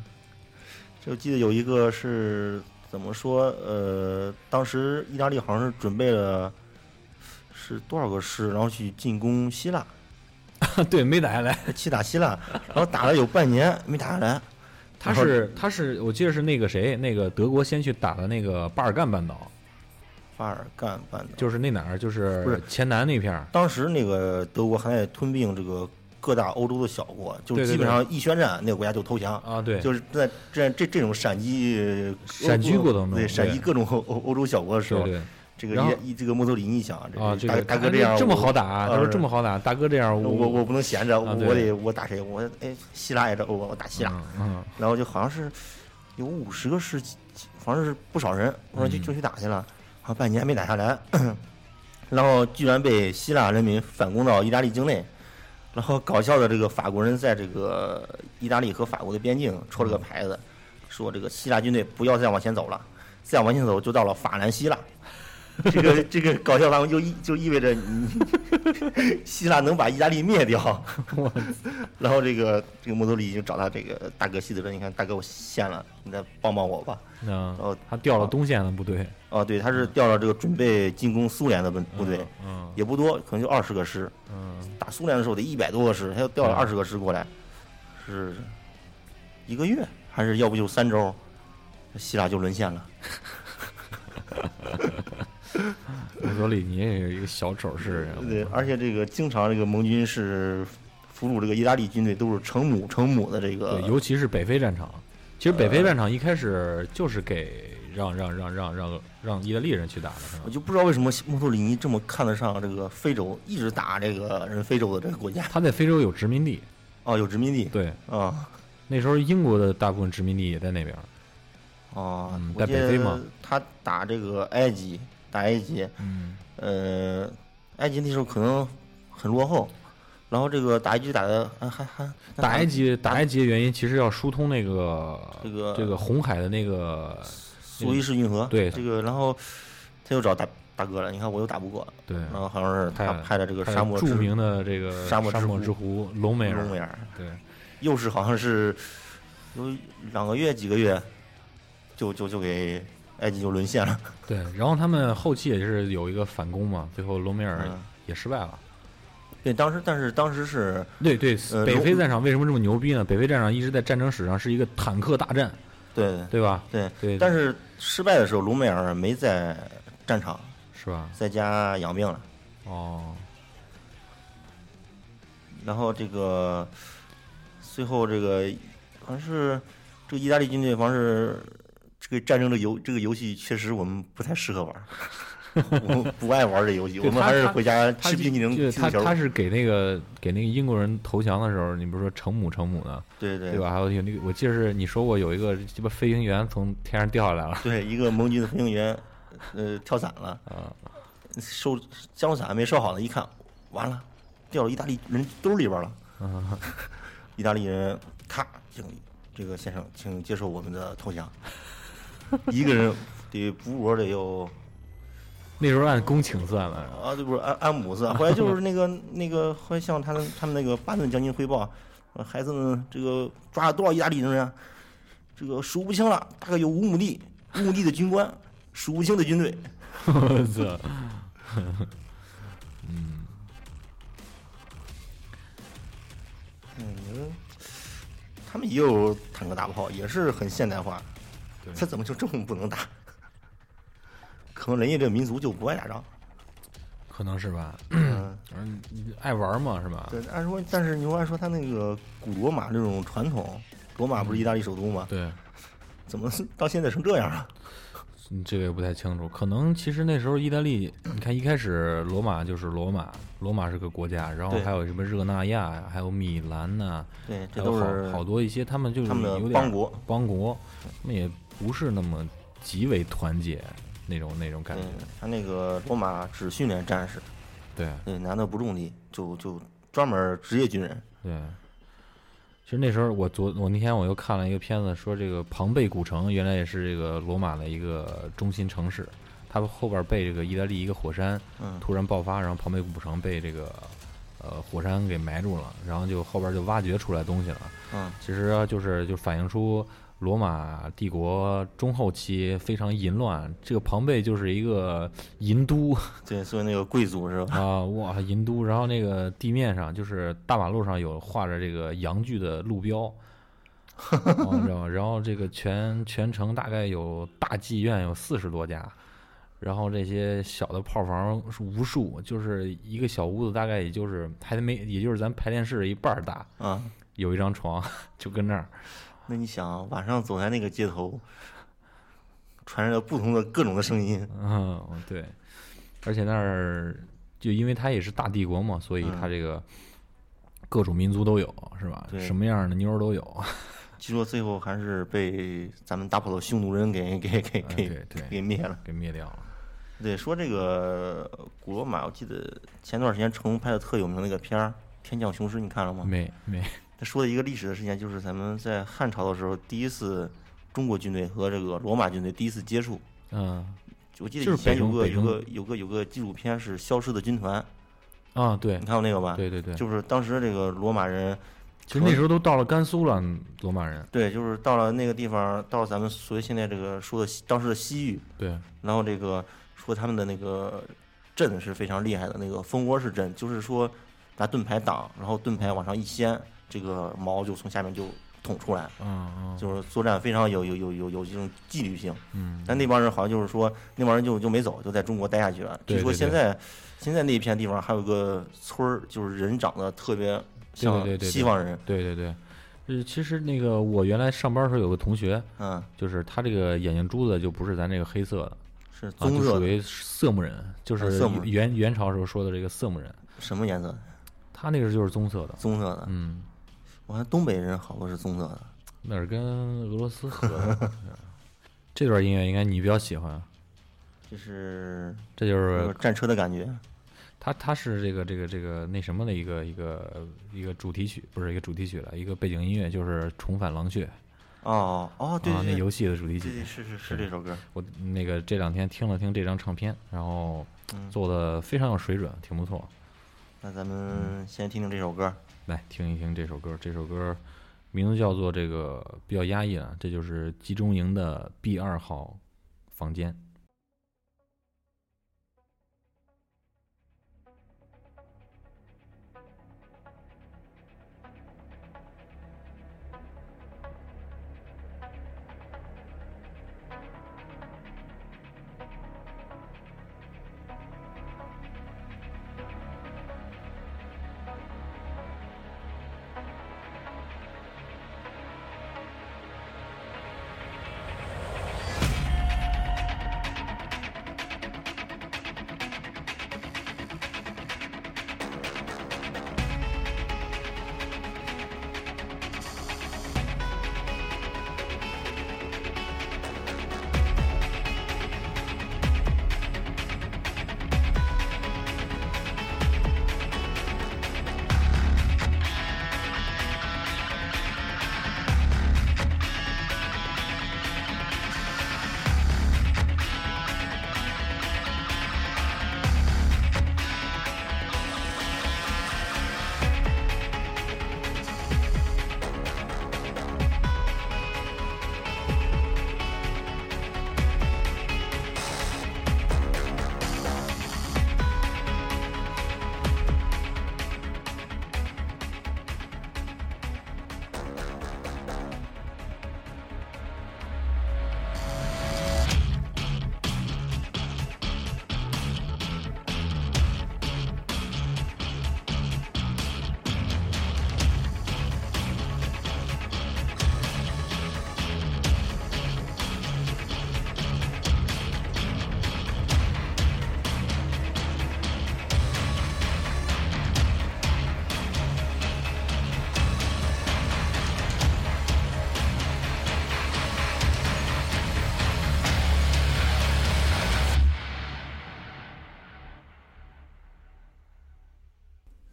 Speaker 3: 就记得有一个是怎么说？呃，当时意大利好像是准备了是多少个师，然后去进攻希腊。
Speaker 2: 对，没打下来。
Speaker 3: 去打希腊，然后打了有半年没打下来。
Speaker 2: 他是他是，我记得是那个谁，那个德国先去打的那个巴尔干半岛，
Speaker 3: 巴尔干半岛，
Speaker 2: 就是那哪儿，就
Speaker 3: 不
Speaker 2: 是
Speaker 3: 是
Speaker 2: 前南那片儿。
Speaker 3: 当时那个德国还在吞并这个各大欧洲的小国，就
Speaker 2: 对对
Speaker 3: 是
Speaker 2: 对
Speaker 3: 基本上一宣战，那个国家就投降。
Speaker 2: 啊，对，
Speaker 3: 就是在这这这种闪击
Speaker 2: 闪击过程中
Speaker 3: 对闪击
Speaker 2: 对
Speaker 3: 各种欧欧欧洲小国的时
Speaker 2: 对
Speaker 3: 候，
Speaker 2: 对
Speaker 3: 这个
Speaker 2: 然后
Speaker 3: 一这个墨索里尼一想，这
Speaker 2: 啊，这
Speaker 3: 大
Speaker 2: 个
Speaker 3: 大
Speaker 2: 他
Speaker 3: 哥这样
Speaker 2: 这么好打
Speaker 3: 啊
Speaker 2: 啊，他说这么好打，大哥这样
Speaker 3: 我我我不能闲着，我
Speaker 2: 啊对
Speaker 3: 我得我打谁？我哎，希腊也找我，我打希腊。
Speaker 2: 嗯嗯，
Speaker 3: 然后就好像是有五十个是，反正是不少人，我说就
Speaker 2: 嗯
Speaker 3: 就去打去了，好像半年没打下来， 然后居然被希腊人民反攻到意大利境内，然后搞笑的这个法国人在这个意大利和法国的边境戳了个牌子，说这个希腊军队不要再往前走了，再往前走就到了法兰西了。 这个这个搞笑他们就意就意味着你 希腊能把意大利灭掉，然后这个这个摩托里就找他这个大哥希德勒，你看大哥我陷了，你再帮帮我吧。
Speaker 2: 那
Speaker 3: 哦
Speaker 2: 他调了东线的部队，
Speaker 3: 哦，对，他是调了这个准备进攻苏联的部部队，
Speaker 2: 嗯
Speaker 3: 也不多，可能就二十个师。
Speaker 2: 嗯，
Speaker 3: 打苏联的时候得一百多个师，他又调了二十个师过来，是一个月还是要不就三周，希腊就沦陷了。
Speaker 2: 墨索里尼也是一个小丑式人
Speaker 3: 对
Speaker 2: 物，，
Speaker 3: 而且这个经常这个盟军是俘虏这个意大利军队，都是成母成母的这个
Speaker 2: 对，尤其是北非战场。其实北
Speaker 3: 呃
Speaker 2: 非战场一开始就是给让让让让让让意大利人去打的，是吧
Speaker 3: 我？就不知道为什么墨索里尼这么看得上这个非洲，一直打这个人非洲的这个 国家
Speaker 2: 他在非洲有殖民地，
Speaker 3: 哦，有殖民地
Speaker 2: 对，
Speaker 3: 啊
Speaker 2: 那时候英国的大部分殖民地也在那边儿，
Speaker 3: 哦
Speaker 2: 嗯，
Speaker 3: 我
Speaker 2: 在
Speaker 3: 记
Speaker 2: 北非嘛
Speaker 3: 得他打这个埃及，打埃及，
Speaker 2: 嗯，
Speaker 3: 呃，埃及那时候可能很落后，然后这个打埃及打的还还还
Speaker 2: 打埃及打埃及的原因其实要疏通那个
Speaker 3: 这个
Speaker 2: 这个红海的那个
Speaker 3: 呃苏伊士运河，
Speaker 2: 对
Speaker 3: 这个，然后他又找大大哥了，你看我又打不过，
Speaker 2: 对，
Speaker 3: 然后好像是他
Speaker 2: 派
Speaker 3: 派的这个沙漠之
Speaker 2: 哎著名的这个
Speaker 3: 沙漠之
Speaker 2: 之狐隆美
Speaker 3: 隆美
Speaker 2: 尔，
Speaker 3: 尔，
Speaker 2: 对，
Speaker 3: 又是好像是有两个月几个月，就就就给埃及就沦陷了。
Speaker 2: 对，然后他们后期也是有一个反攻嘛，最后隆美尔
Speaker 3: 嗯
Speaker 2: 也失败了。
Speaker 3: 对，当时但是当时是
Speaker 2: 对对，
Speaker 3: 呃
Speaker 2: 北
Speaker 3: 隆
Speaker 2: 非战场为什么这么牛逼呢？北非战场一直在战争史上是一个坦克大战，
Speaker 3: 对
Speaker 2: 对吧？
Speaker 3: 对
Speaker 2: 对
Speaker 3: 但是失败的时候，卢梅尔没在战场，
Speaker 2: 是吧？
Speaker 3: 在家养病了。
Speaker 2: 哦，
Speaker 3: 然后这个最后这个好像是这个意大利军队，好像是这个战争的游这个游戏确实我们不太适合玩儿， 我们不爱玩这游戏，
Speaker 2: 对
Speaker 3: 我们
Speaker 2: 他
Speaker 3: 还是
Speaker 2: 他
Speaker 3: 回家
Speaker 2: 他
Speaker 3: 吃冰激凌、
Speaker 2: 就
Speaker 3: 踢
Speaker 2: 他
Speaker 3: 足球。
Speaker 2: 他是给那个给那个英国人投降的时候，你不是说成母成母的，
Speaker 3: 对对
Speaker 2: 对？吧？还有有那个，我记得是你说过有一个鸡巴飞行员从天上掉下来了
Speaker 3: 对，一个盟军的飞行员呃跳伞了，
Speaker 2: 啊，
Speaker 3: 收降落伞还没收好呢，一看完了，掉到意大利人兜里边了。意大利人咔，请这个先生，请接受我们的投降。一个人得补我得有
Speaker 2: 那时候按公顷算的，
Speaker 3: 啊，这不是安安姆斯啊，后来就是那个那个，后来向他们他们那个巴顿将军汇报，呃孩子们这个抓了多少意大利人啊？这个数不清了，大概有五亩地，五亩地的军官，数不清的军队。
Speaker 2: 我操！
Speaker 3: 嗯，你说他们也有坦克大炮，也是很现代化，他怎么就这么不能打？ 可能人家这民族就不爱打仗。
Speaker 2: 啊可能是吧，
Speaker 3: 嗯，
Speaker 2: 嗯，爱玩嘛是吧？
Speaker 3: 对，按说，但是你说按说他那个古罗马这种传统，罗马不是意大利首都吗？
Speaker 2: 嗯对，
Speaker 3: 怎么到现在成这样啊了？
Speaker 2: 嗯这个也不太清楚。可能其实那时候意大利， 你看一开始罗马就是罗马，罗马是个国家，然后
Speaker 3: 对
Speaker 2: 还有什么热那亚呀，还有米兰呐、
Speaker 3: 对，
Speaker 2: 还
Speaker 3: 这
Speaker 2: 有
Speaker 3: 都
Speaker 2: 好
Speaker 3: 是
Speaker 2: 好多一些他们就是
Speaker 3: 他们的
Speaker 2: 有点
Speaker 3: 邦国，
Speaker 2: 邦国，他们也不是那么极为团结那种那种感觉
Speaker 3: 嗯。，他那个罗马只训练战士，
Speaker 2: 对
Speaker 3: 对，男的不种地，就就专门职业军人。
Speaker 2: 对，其实那时候我昨我那天我又看了一个片子，说这个庞贝古城原来也是这个罗马的一个中心城市，它后边被这个意大利一个火山
Speaker 3: 嗯
Speaker 2: 突然爆发，然后庞贝古城被这个呃火山给埋住了，然后就后边就挖掘出来东西了。
Speaker 3: 嗯，
Speaker 2: 其实啊就是就反映出罗马帝国中后期非常淫乱，这个庞贝就是一个淫都
Speaker 3: 对，所以那个贵 族是吧？
Speaker 2: 啊，哇，淫都。然后那个地面上就是大马路上有画着这个洋剧的路标，哦你知道吗？然后这个全全城大概有大妓院有四十多家。然后这些小的炮房是无数，就是一个小屋子，大概也就是还没，也就是咱排练室一半儿大，
Speaker 3: 啊，
Speaker 2: 有一张床 就跟那儿，
Speaker 3: 那你想晚上走在那个街头，传着不同的各种的声音，
Speaker 2: 嗯， 对，而且那儿就因为它也是大帝国嘛，所以
Speaker 3: 嗯
Speaker 2: 它这个各种民族都有，是吧？
Speaker 3: 对
Speaker 2: 什么样的妞儿都有。
Speaker 3: 据说最后还是被咱们打跑的匈奴人给给给
Speaker 2: 啊
Speaker 3: 给
Speaker 2: 对对
Speaker 3: 给灭了。
Speaker 2: 给灭掉了。
Speaker 3: 对，说这个古罗马，我记得前段时间成龙拍的特有名的那个片儿《天降雄狮》，你看了吗？
Speaker 2: 没没，
Speaker 3: 他说的一个历史的事件，就是咱们在汉朝的时候，第一次中国军队和这个罗马军队第一次接触。
Speaker 2: 嗯
Speaker 3: 我记得
Speaker 2: 就
Speaker 3: 以
Speaker 2: 是北
Speaker 3: 前有
Speaker 2: 征
Speaker 3: 个
Speaker 2: 北
Speaker 3: 有
Speaker 2: 征
Speaker 3: 个有个有个纪录片是《消失的军团》，
Speaker 2: 啊，对
Speaker 3: 你看过那个吧？
Speaker 2: 对对对，
Speaker 3: 就是当时这个罗马人，
Speaker 2: 其实那时候都到了甘肃了，罗马人。
Speaker 3: 对，就是到了那个地方，到了咱们所谓现在这个说的西当时的西域，
Speaker 2: 对，
Speaker 3: 然后这个说他们的那个阵是非常厉害的，那个蜂窝式阵，就是说拿盾牌挡，然后盾牌往上一掀，这个矛就从下面就捅出来，
Speaker 2: 嗯嗯
Speaker 3: 就是作战非常有有有有有这种纪律性。
Speaker 2: 嗯，
Speaker 3: 但那帮人好像就是说，那帮人就就没走，就在中国待下去了。
Speaker 2: 对
Speaker 3: 据说
Speaker 2: 对对
Speaker 3: 现在现在那片地方还有个村儿，就是人长得特别像
Speaker 2: 对对对对
Speaker 3: 西方人，
Speaker 2: 对对对。呃，其实那个我原来上班的时候有个同学，
Speaker 3: 嗯，
Speaker 2: 就是他这个眼睛珠子就不是咱这个黑色的，
Speaker 3: 是
Speaker 2: 啊，
Speaker 3: 棕
Speaker 2: 就
Speaker 3: 色
Speaker 2: 属
Speaker 3: 的，
Speaker 2: 于色目人，就
Speaker 3: 啊
Speaker 2: 是
Speaker 3: 色目人
Speaker 2: 元元朝时候说的这个色目人，
Speaker 3: 什么颜色？
Speaker 2: 他那个就是棕色的。
Speaker 3: 棕色的。
Speaker 2: 嗯，
Speaker 3: 我看东北人好多是棕色的。
Speaker 2: 那是跟俄罗斯 合的。这段音乐应该你比较喜欢，
Speaker 3: 就是
Speaker 2: 这就
Speaker 3: 有
Speaker 2: 是
Speaker 3: 战车的感觉，
Speaker 2: 它，它是这个这个这个那什么的一个一个一个主题曲，不是一个主题曲了，一个背景音乐就是《重返狼穴》
Speaker 3: 哦哦，对
Speaker 2: 啊，那
Speaker 3: 对
Speaker 2: 游
Speaker 3: 对，
Speaker 2: 戏的主题
Speaker 3: 对对
Speaker 2: 曲。
Speaker 3: 是是是这首歌，
Speaker 2: 我那个这两天听了听这张唱片，然后
Speaker 3: 嗯
Speaker 2: 做的非常有水准，挺不错。
Speaker 3: 那咱
Speaker 2: 嗯
Speaker 3: 们先听听这首歌，
Speaker 2: 来听一听这首歌，这首歌名字叫做这个比较压抑啊，这就是集中营的 B 二号房间。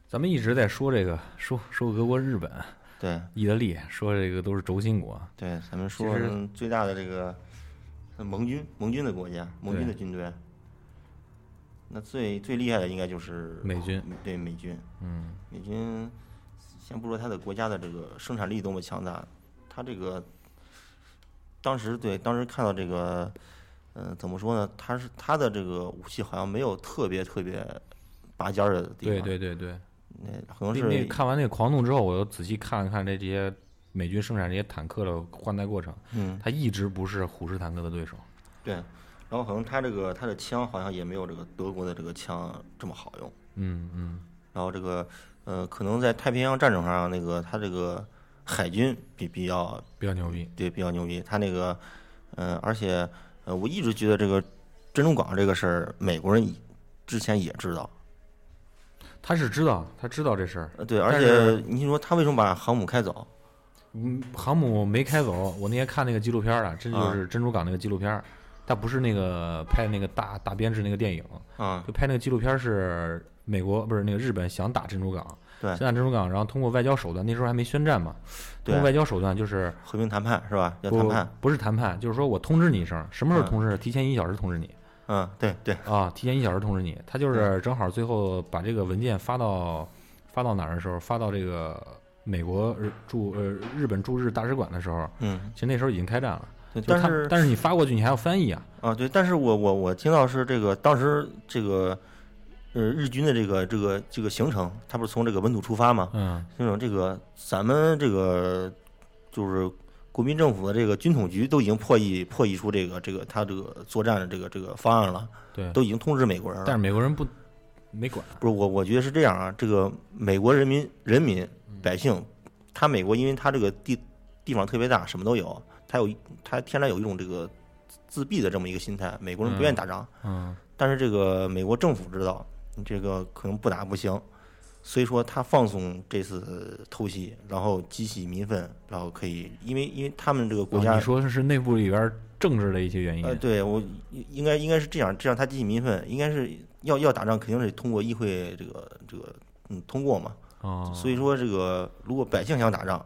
Speaker 2: 咱们一直在说这个，说说俄国、日本、
Speaker 3: 对
Speaker 2: 意大利，说这个都是轴心国。
Speaker 3: 对，咱们说
Speaker 2: 其实
Speaker 3: 嗯最大的这个盟军，盟军的国家，盟军的军队。那最最厉害的应该就是
Speaker 2: 美军，
Speaker 3: 对美军，
Speaker 2: 嗯，
Speaker 3: 美军，先不说它的国家的这个生产力多么强大，它这个当时对当时看到这个，呃，怎么说呢？它是它的这个武器好像没有特别特别拔尖儿的地
Speaker 2: 对
Speaker 3: 方，
Speaker 2: 对对对。
Speaker 3: 那可能
Speaker 2: 那
Speaker 3: 是
Speaker 2: 那看完那个《狂怒》之后，我又仔细看了看这这些美军生产这些坦克的换代过程，
Speaker 3: 嗯
Speaker 2: 它一直不是虎式坦克的对手。
Speaker 3: 对，然后可能它这个它的枪好像也没有这个德国的这个枪这么好用，
Speaker 2: 嗯嗯，
Speaker 3: 然后这个呃，可能在太平洋战场上那个它这个海军比比较
Speaker 2: 比较牛逼。
Speaker 3: 对，比较牛逼。他那个，呃，而且呃，我一直觉得这个珍珠港这个事儿，美国人以之前也知道，
Speaker 2: 他是知道，他知道这事儿。
Speaker 3: 呃对，
Speaker 2: 但
Speaker 3: 而
Speaker 2: 是
Speaker 3: 且你说他为什么把航母开走？
Speaker 2: 嗯，航母没开走。我那天看那个纪录片儿啊了，这
Speaker 3: 啊
Speaker 2: 就是珍珠港那个纪录片儿，它不是那个拍那个大大编制那个电影，
Speaker 3: 啊、
Speaker 2: 就拍那个纪录片儿是美国不是那个日本想打珍珠港，
Speaker 3: 对
Speaker 2: 想打珍珠港，然后通过外交手段，那时候还没宣战嘛，通过外
Speaker 3: 对，
Speaker 2: 交手段就是
Speaker 3: 和平谈判是吧？要谈
Speaker 2: 不
Speaker 3: 判，
Speaker 2: 不是谈判，就是说我通知你一声，什么时候通知？提前一小时通知你
Speaker 3: 嗯，对对，
Speaker 2: 啊，提前一小时通知你。他就是正好最后把这个文件发到发到哪儿的时候，发到这个美国呃驻呃日本驻日大使馆的时候，
Speaker 3: 嗯，
Speaker 2: 其实那时候已经开战了。
Speaker 3: 对
Speaker 2: 就是
Speaker 3: 但
Speaker 2: 他
Speaker 3: 是
Speaker 2: 但是你发过去，你还要翻译啊。
Speaker 3: 啊，对，但是我我我听到是这个当时这个。呃，日军的这个这个这个行程，他不是从这个本土出发吗？
Speaker 2: 嗯，
Speaker 3: 那种这个咱们这个就是国民政府的这个军统局都已经破译破译出这个这个他这个作战的这个这个方案了，
Speaker 2: 对。
Speaker 3: 都已经通知美国人了。
Speaker 2: 但是美国人不没管，
Speaker 3: 不是我，我觉得是这样啊，这个美国人民人民百姓，他美国因为他这个地地方特别大，什么都有，他有他天然有一种这个自闭的这么一个心态，美国人不愿意打仗，
Speaker 2: 嗯，
Speaker 3: 但是这个美国政府知道你这个可能不打不行，所以说他放松这次偷袭，然后激起民愤，然后可以，因为因为他们这个国
Speaker 2: 哦
Speaker 3: 家
Speaker 2: 你，说是内部里边政治的一些原因，
Speaker 3: 呃，对我应该应该是这样，这样他激起民愤，应该是要要打仗，肯定是通过议会这个这个嗯通过嘛，
Speaker 2: 哦，
Speaker 3: 所以说这个如果百姓想打仗，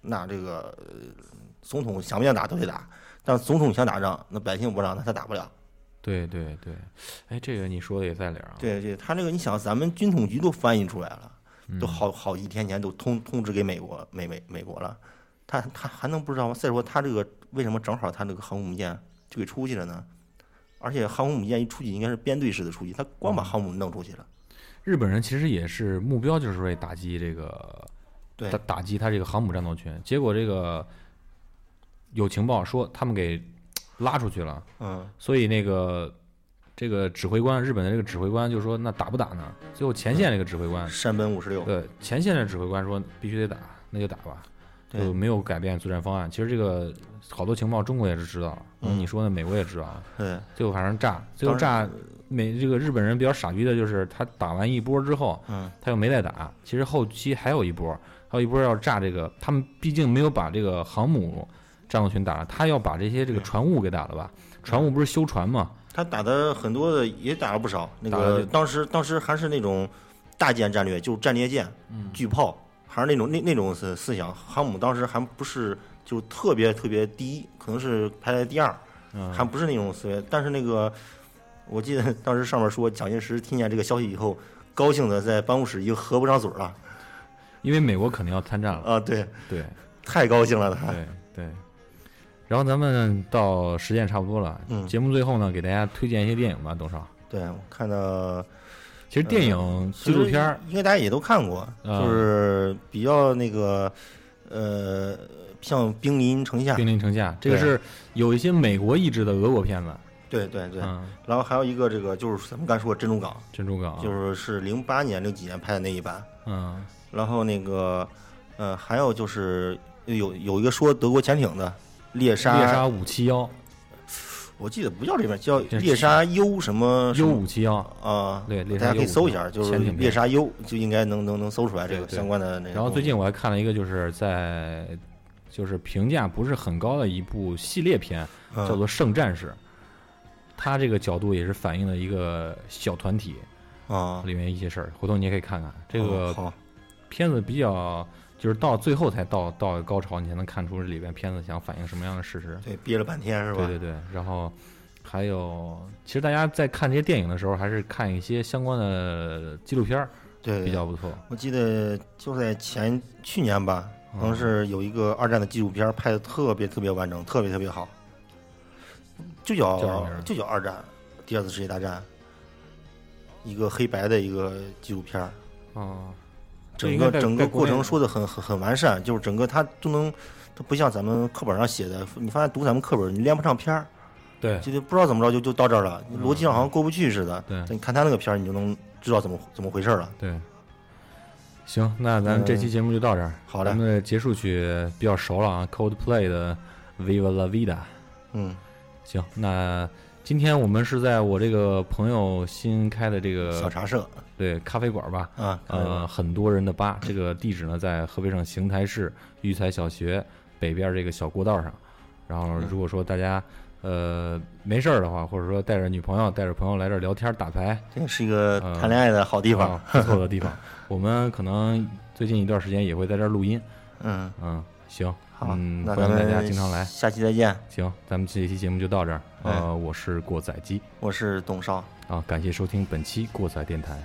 Speaker 3: 那这个呃总统想不想打都得打，但总统想打仗，那百姓不让，那他打不了。
Speaker 2: 对对对，哎，这个你说的也在理儿啊。
Speaker 3: 对对，他这个你想，咱们军统局都翻译出来了，
Speaker 2: 嗯
Speaker 3: 都好好几天前都通通知给美国美美美国了，他他还能不知道吗？再说他这个为什么正好他这个航空母舰就给出去了呢？而且航空母舰一出去应该是编队式的出去，他光
Speaker 2: 嗯
Speaker 3: 把航母弄出去了。
Speaker 2: 日本人其实也是目标就是为打击这个
Speaker 3: 对
Speaker 2: 打，打击他这个航母战斗群，结果这个有情报说他们给拉出去了，
Speaker 3: 嗯，
Speaker 2: 所以那个这个指挥官，日本的这个指挥官就说那打不打呢？最后前线这个指挥官，
Speaker 3: 山本五十六，
Speaker 2: 对呃前线的指挥官说必须得打，那就打吧，
Speaker 3: 对
Speaker 2: 就没有改变作战方案。其实这个好多情报中国也是知道了，然后你说的美国也知道了，
Speaker 3: 对，
Speaker 2: 最后反正炸，最后
Speaker 3: 嗯当
Speaker 2: 炸
Speaker 3: 时
Speaker 2: 美这个日本人比较傻逼的就是他打完一波之后，
Speaker 3: 嗯，
Speaker 2: 他又没再打。其实后期还有一波，还有一波要炸这个，他们毕竟没有把这个航母战斗群打了，他要把这些这个船坞给打了吧？船坞不是修船嘛？
Speaker 3: 他打的很多的也打了不少。那
Speaker 2: 打了
Speaker 3: 个
Speaker 2: 就
Speaker 3: 当时当时还是那种大舰战略，就是战列舰、
Speaker 2: 嗯
Speaker 3: 巨炮，还是那种那那种思思想。航母当时还不是就特别特别第一，可能是排在第二，
Speaker 2: 嗯
Speaker 3: 还不是那种思维。但是那个我记得当时上面说，蒋介石听见这个消息以后，高兴的在办公室已经合不上嘴了
Speaker 2: 因为美国肯定要参战了，
Speaker 3: 啊！对，
Speaker 2: 对
Speaker 3: 太高兴了他。
Speaker 2: 对对。然后咱们到时间差不多了，
Speaker 3: 嗯
Speaker 2: 节目最后呢，给大家推荐一些电影吧，董少。
Speaker 3: 对，我看到
Speaker 2: 其实电影纪
Speaker 3: 呃其实
Speaker 2: 录片儿，
Speaker 3: 应该大家也都看过，
Speaker 2: 嗯
Speaker 3: 就是比较那个呃，像《兵临城下
Speaker 2: 《兵》，临城下》，这个
Speaker 3: 对
Speaker 2: 是有一些美国译制的俄国片子，
Speaker 3: 对对对。
Speaker 2: 嗯，啊
Speaker 3: 然后还有一个这个就是咱们刚才说的珍珠港，
Speaker 2: 珍珠港，
Speaker 3: 就是是零八年零几年拍的那一版。
Speaker 2: 嗯，
Speaker 3: 然后那个呃，还有就是有有一个说德国潜艇的猎杀，
Speaker 2: 猎杀五七幺
Speaker 3: 我记得不叫这边叫
Speaker 2: 这是
Speaker 3: 猎杀 U 什么
Speaker 2: U 五七幺，
Speaker 3: 啊？
Speaker 2: 对猎杀
Speaker 3: 大家可以
Speaker 2: U
Speaker 3: 搜一下，就是
Speaker 2: 潜艇片
Speaker 3: 猎杀 U 就应该能能能搜出来这个
Speaker 2: 对对
Speaker 3: 相关的那个东西。
Speaker 2: 然后最近我还看了一个，就是在就是评价不是很高的一部系列片，
Speaker 3: 嗯
Speaker 2: 叫做《圣战士》，它这个角度也是反映了一个小团体
Speaker 3: 啊，
Speaker 2: 里面一些事儿，回头你也可以看看这
Speaker 3: 嗯
Speaker 2: 个
Speaker 3: 好
Speaker 2: 片子比较。就是到最后才到到高潮，你才能看出这里边片子想反映什么样的事实。
Speaker 3: 对憋了半天是吧？
Speaker 2: 对对对，然后还有，其实大家在看这些电影的时候，还是看一些相关的纪录片儿
Speaker 3: 对，
Speaker 2: 比较不错。
Speaker 3: 我记得就在前去年吧，可能是有一个二战的纪录片儿拍的特别特别完整，特别特别好，就
Speaker 2: 叫什么
Speaker 3: 叫
Speaker 2: 名儿
Speaker 3: 就叫二战，第二次世界大战，一个黑白的一个纪录片儿，
Speaker 2: 哦，这
Speaker 3: 整
Speaker 2: 应该
Speaker 3: 个
Speaker 2: 在
Speaker 3: 整
Speaker 2: 在
Speaker 3: 个
Speaker 2: 国
Speaker 3: 过
Speaker 2: 内
Speaker 3: 程
Speaker 2: 的
Speaker 3: 说的很很很完善，就是整个它都能，它不像咱们课本上写的，你发现读咱们课本儿你连不上片儿，
Speaker 2: 对嗯
Speaker 3: 就就不知道怎么着就就到这儿了，逻辑上好像过不去似的。
Speaker 2: 对
Speaker 3: 但你看他那个片儿，你就能知道怎么怎么回事儿了。
Speaker 2: 对，行，那咱这期节目就到这儿。
Speaker 3: 嗯好的
Speaker 2: 咱们的结束曲比较熟了啊，Coldplay 的《Viva La Vida》。
Speaker 3: 嗯，
Speaker 2: 行，那今天我们是在我这个朋友新开的这
Speaker 3: 小
Speaker 2: 个
Speaker 3: 茶社
Speaker 2: 对咖啡馆吧，
Speaker 3: 啊，看
Speaker 2: 呃，很多人的吧。这个地址呢，在河北省邢台市育才小学北边这个小过道上。然后，如果说大家呃没事儿的话，或者说带着女朋友、带着朋友来这儿聊天、打 牌，
Speaker 3: 这是一个
Speaker 2: 嗯
Speaker 3: 谈恋爱的好地方
Speaker 2: 啊。不错的地方。 我们可能最近一段时间也会在这儿录音。
Speaker 3: 嗯，
Speaker 2: 嗯，行，
Speaker 3: 好，
Speaker 2: 嗯，
Speaker 3: 那
Speaker 2: 欢
Speaker 3: 咱
Speaker 2: 迎
Speaker 3: 们
Speaker 2: 大家经常来。
Speaker 3: 下期再见。
Speaker 2: 行，咱们这一期节目就到这儿。
Speaker 3: 哎
Speaker 2: 呃，我是过载机
Speaker 3: 我是董少。
Speaker 2: 啊，感谢收听本期过载电台。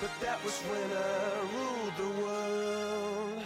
Speaker 5: But that was when I ruled the world.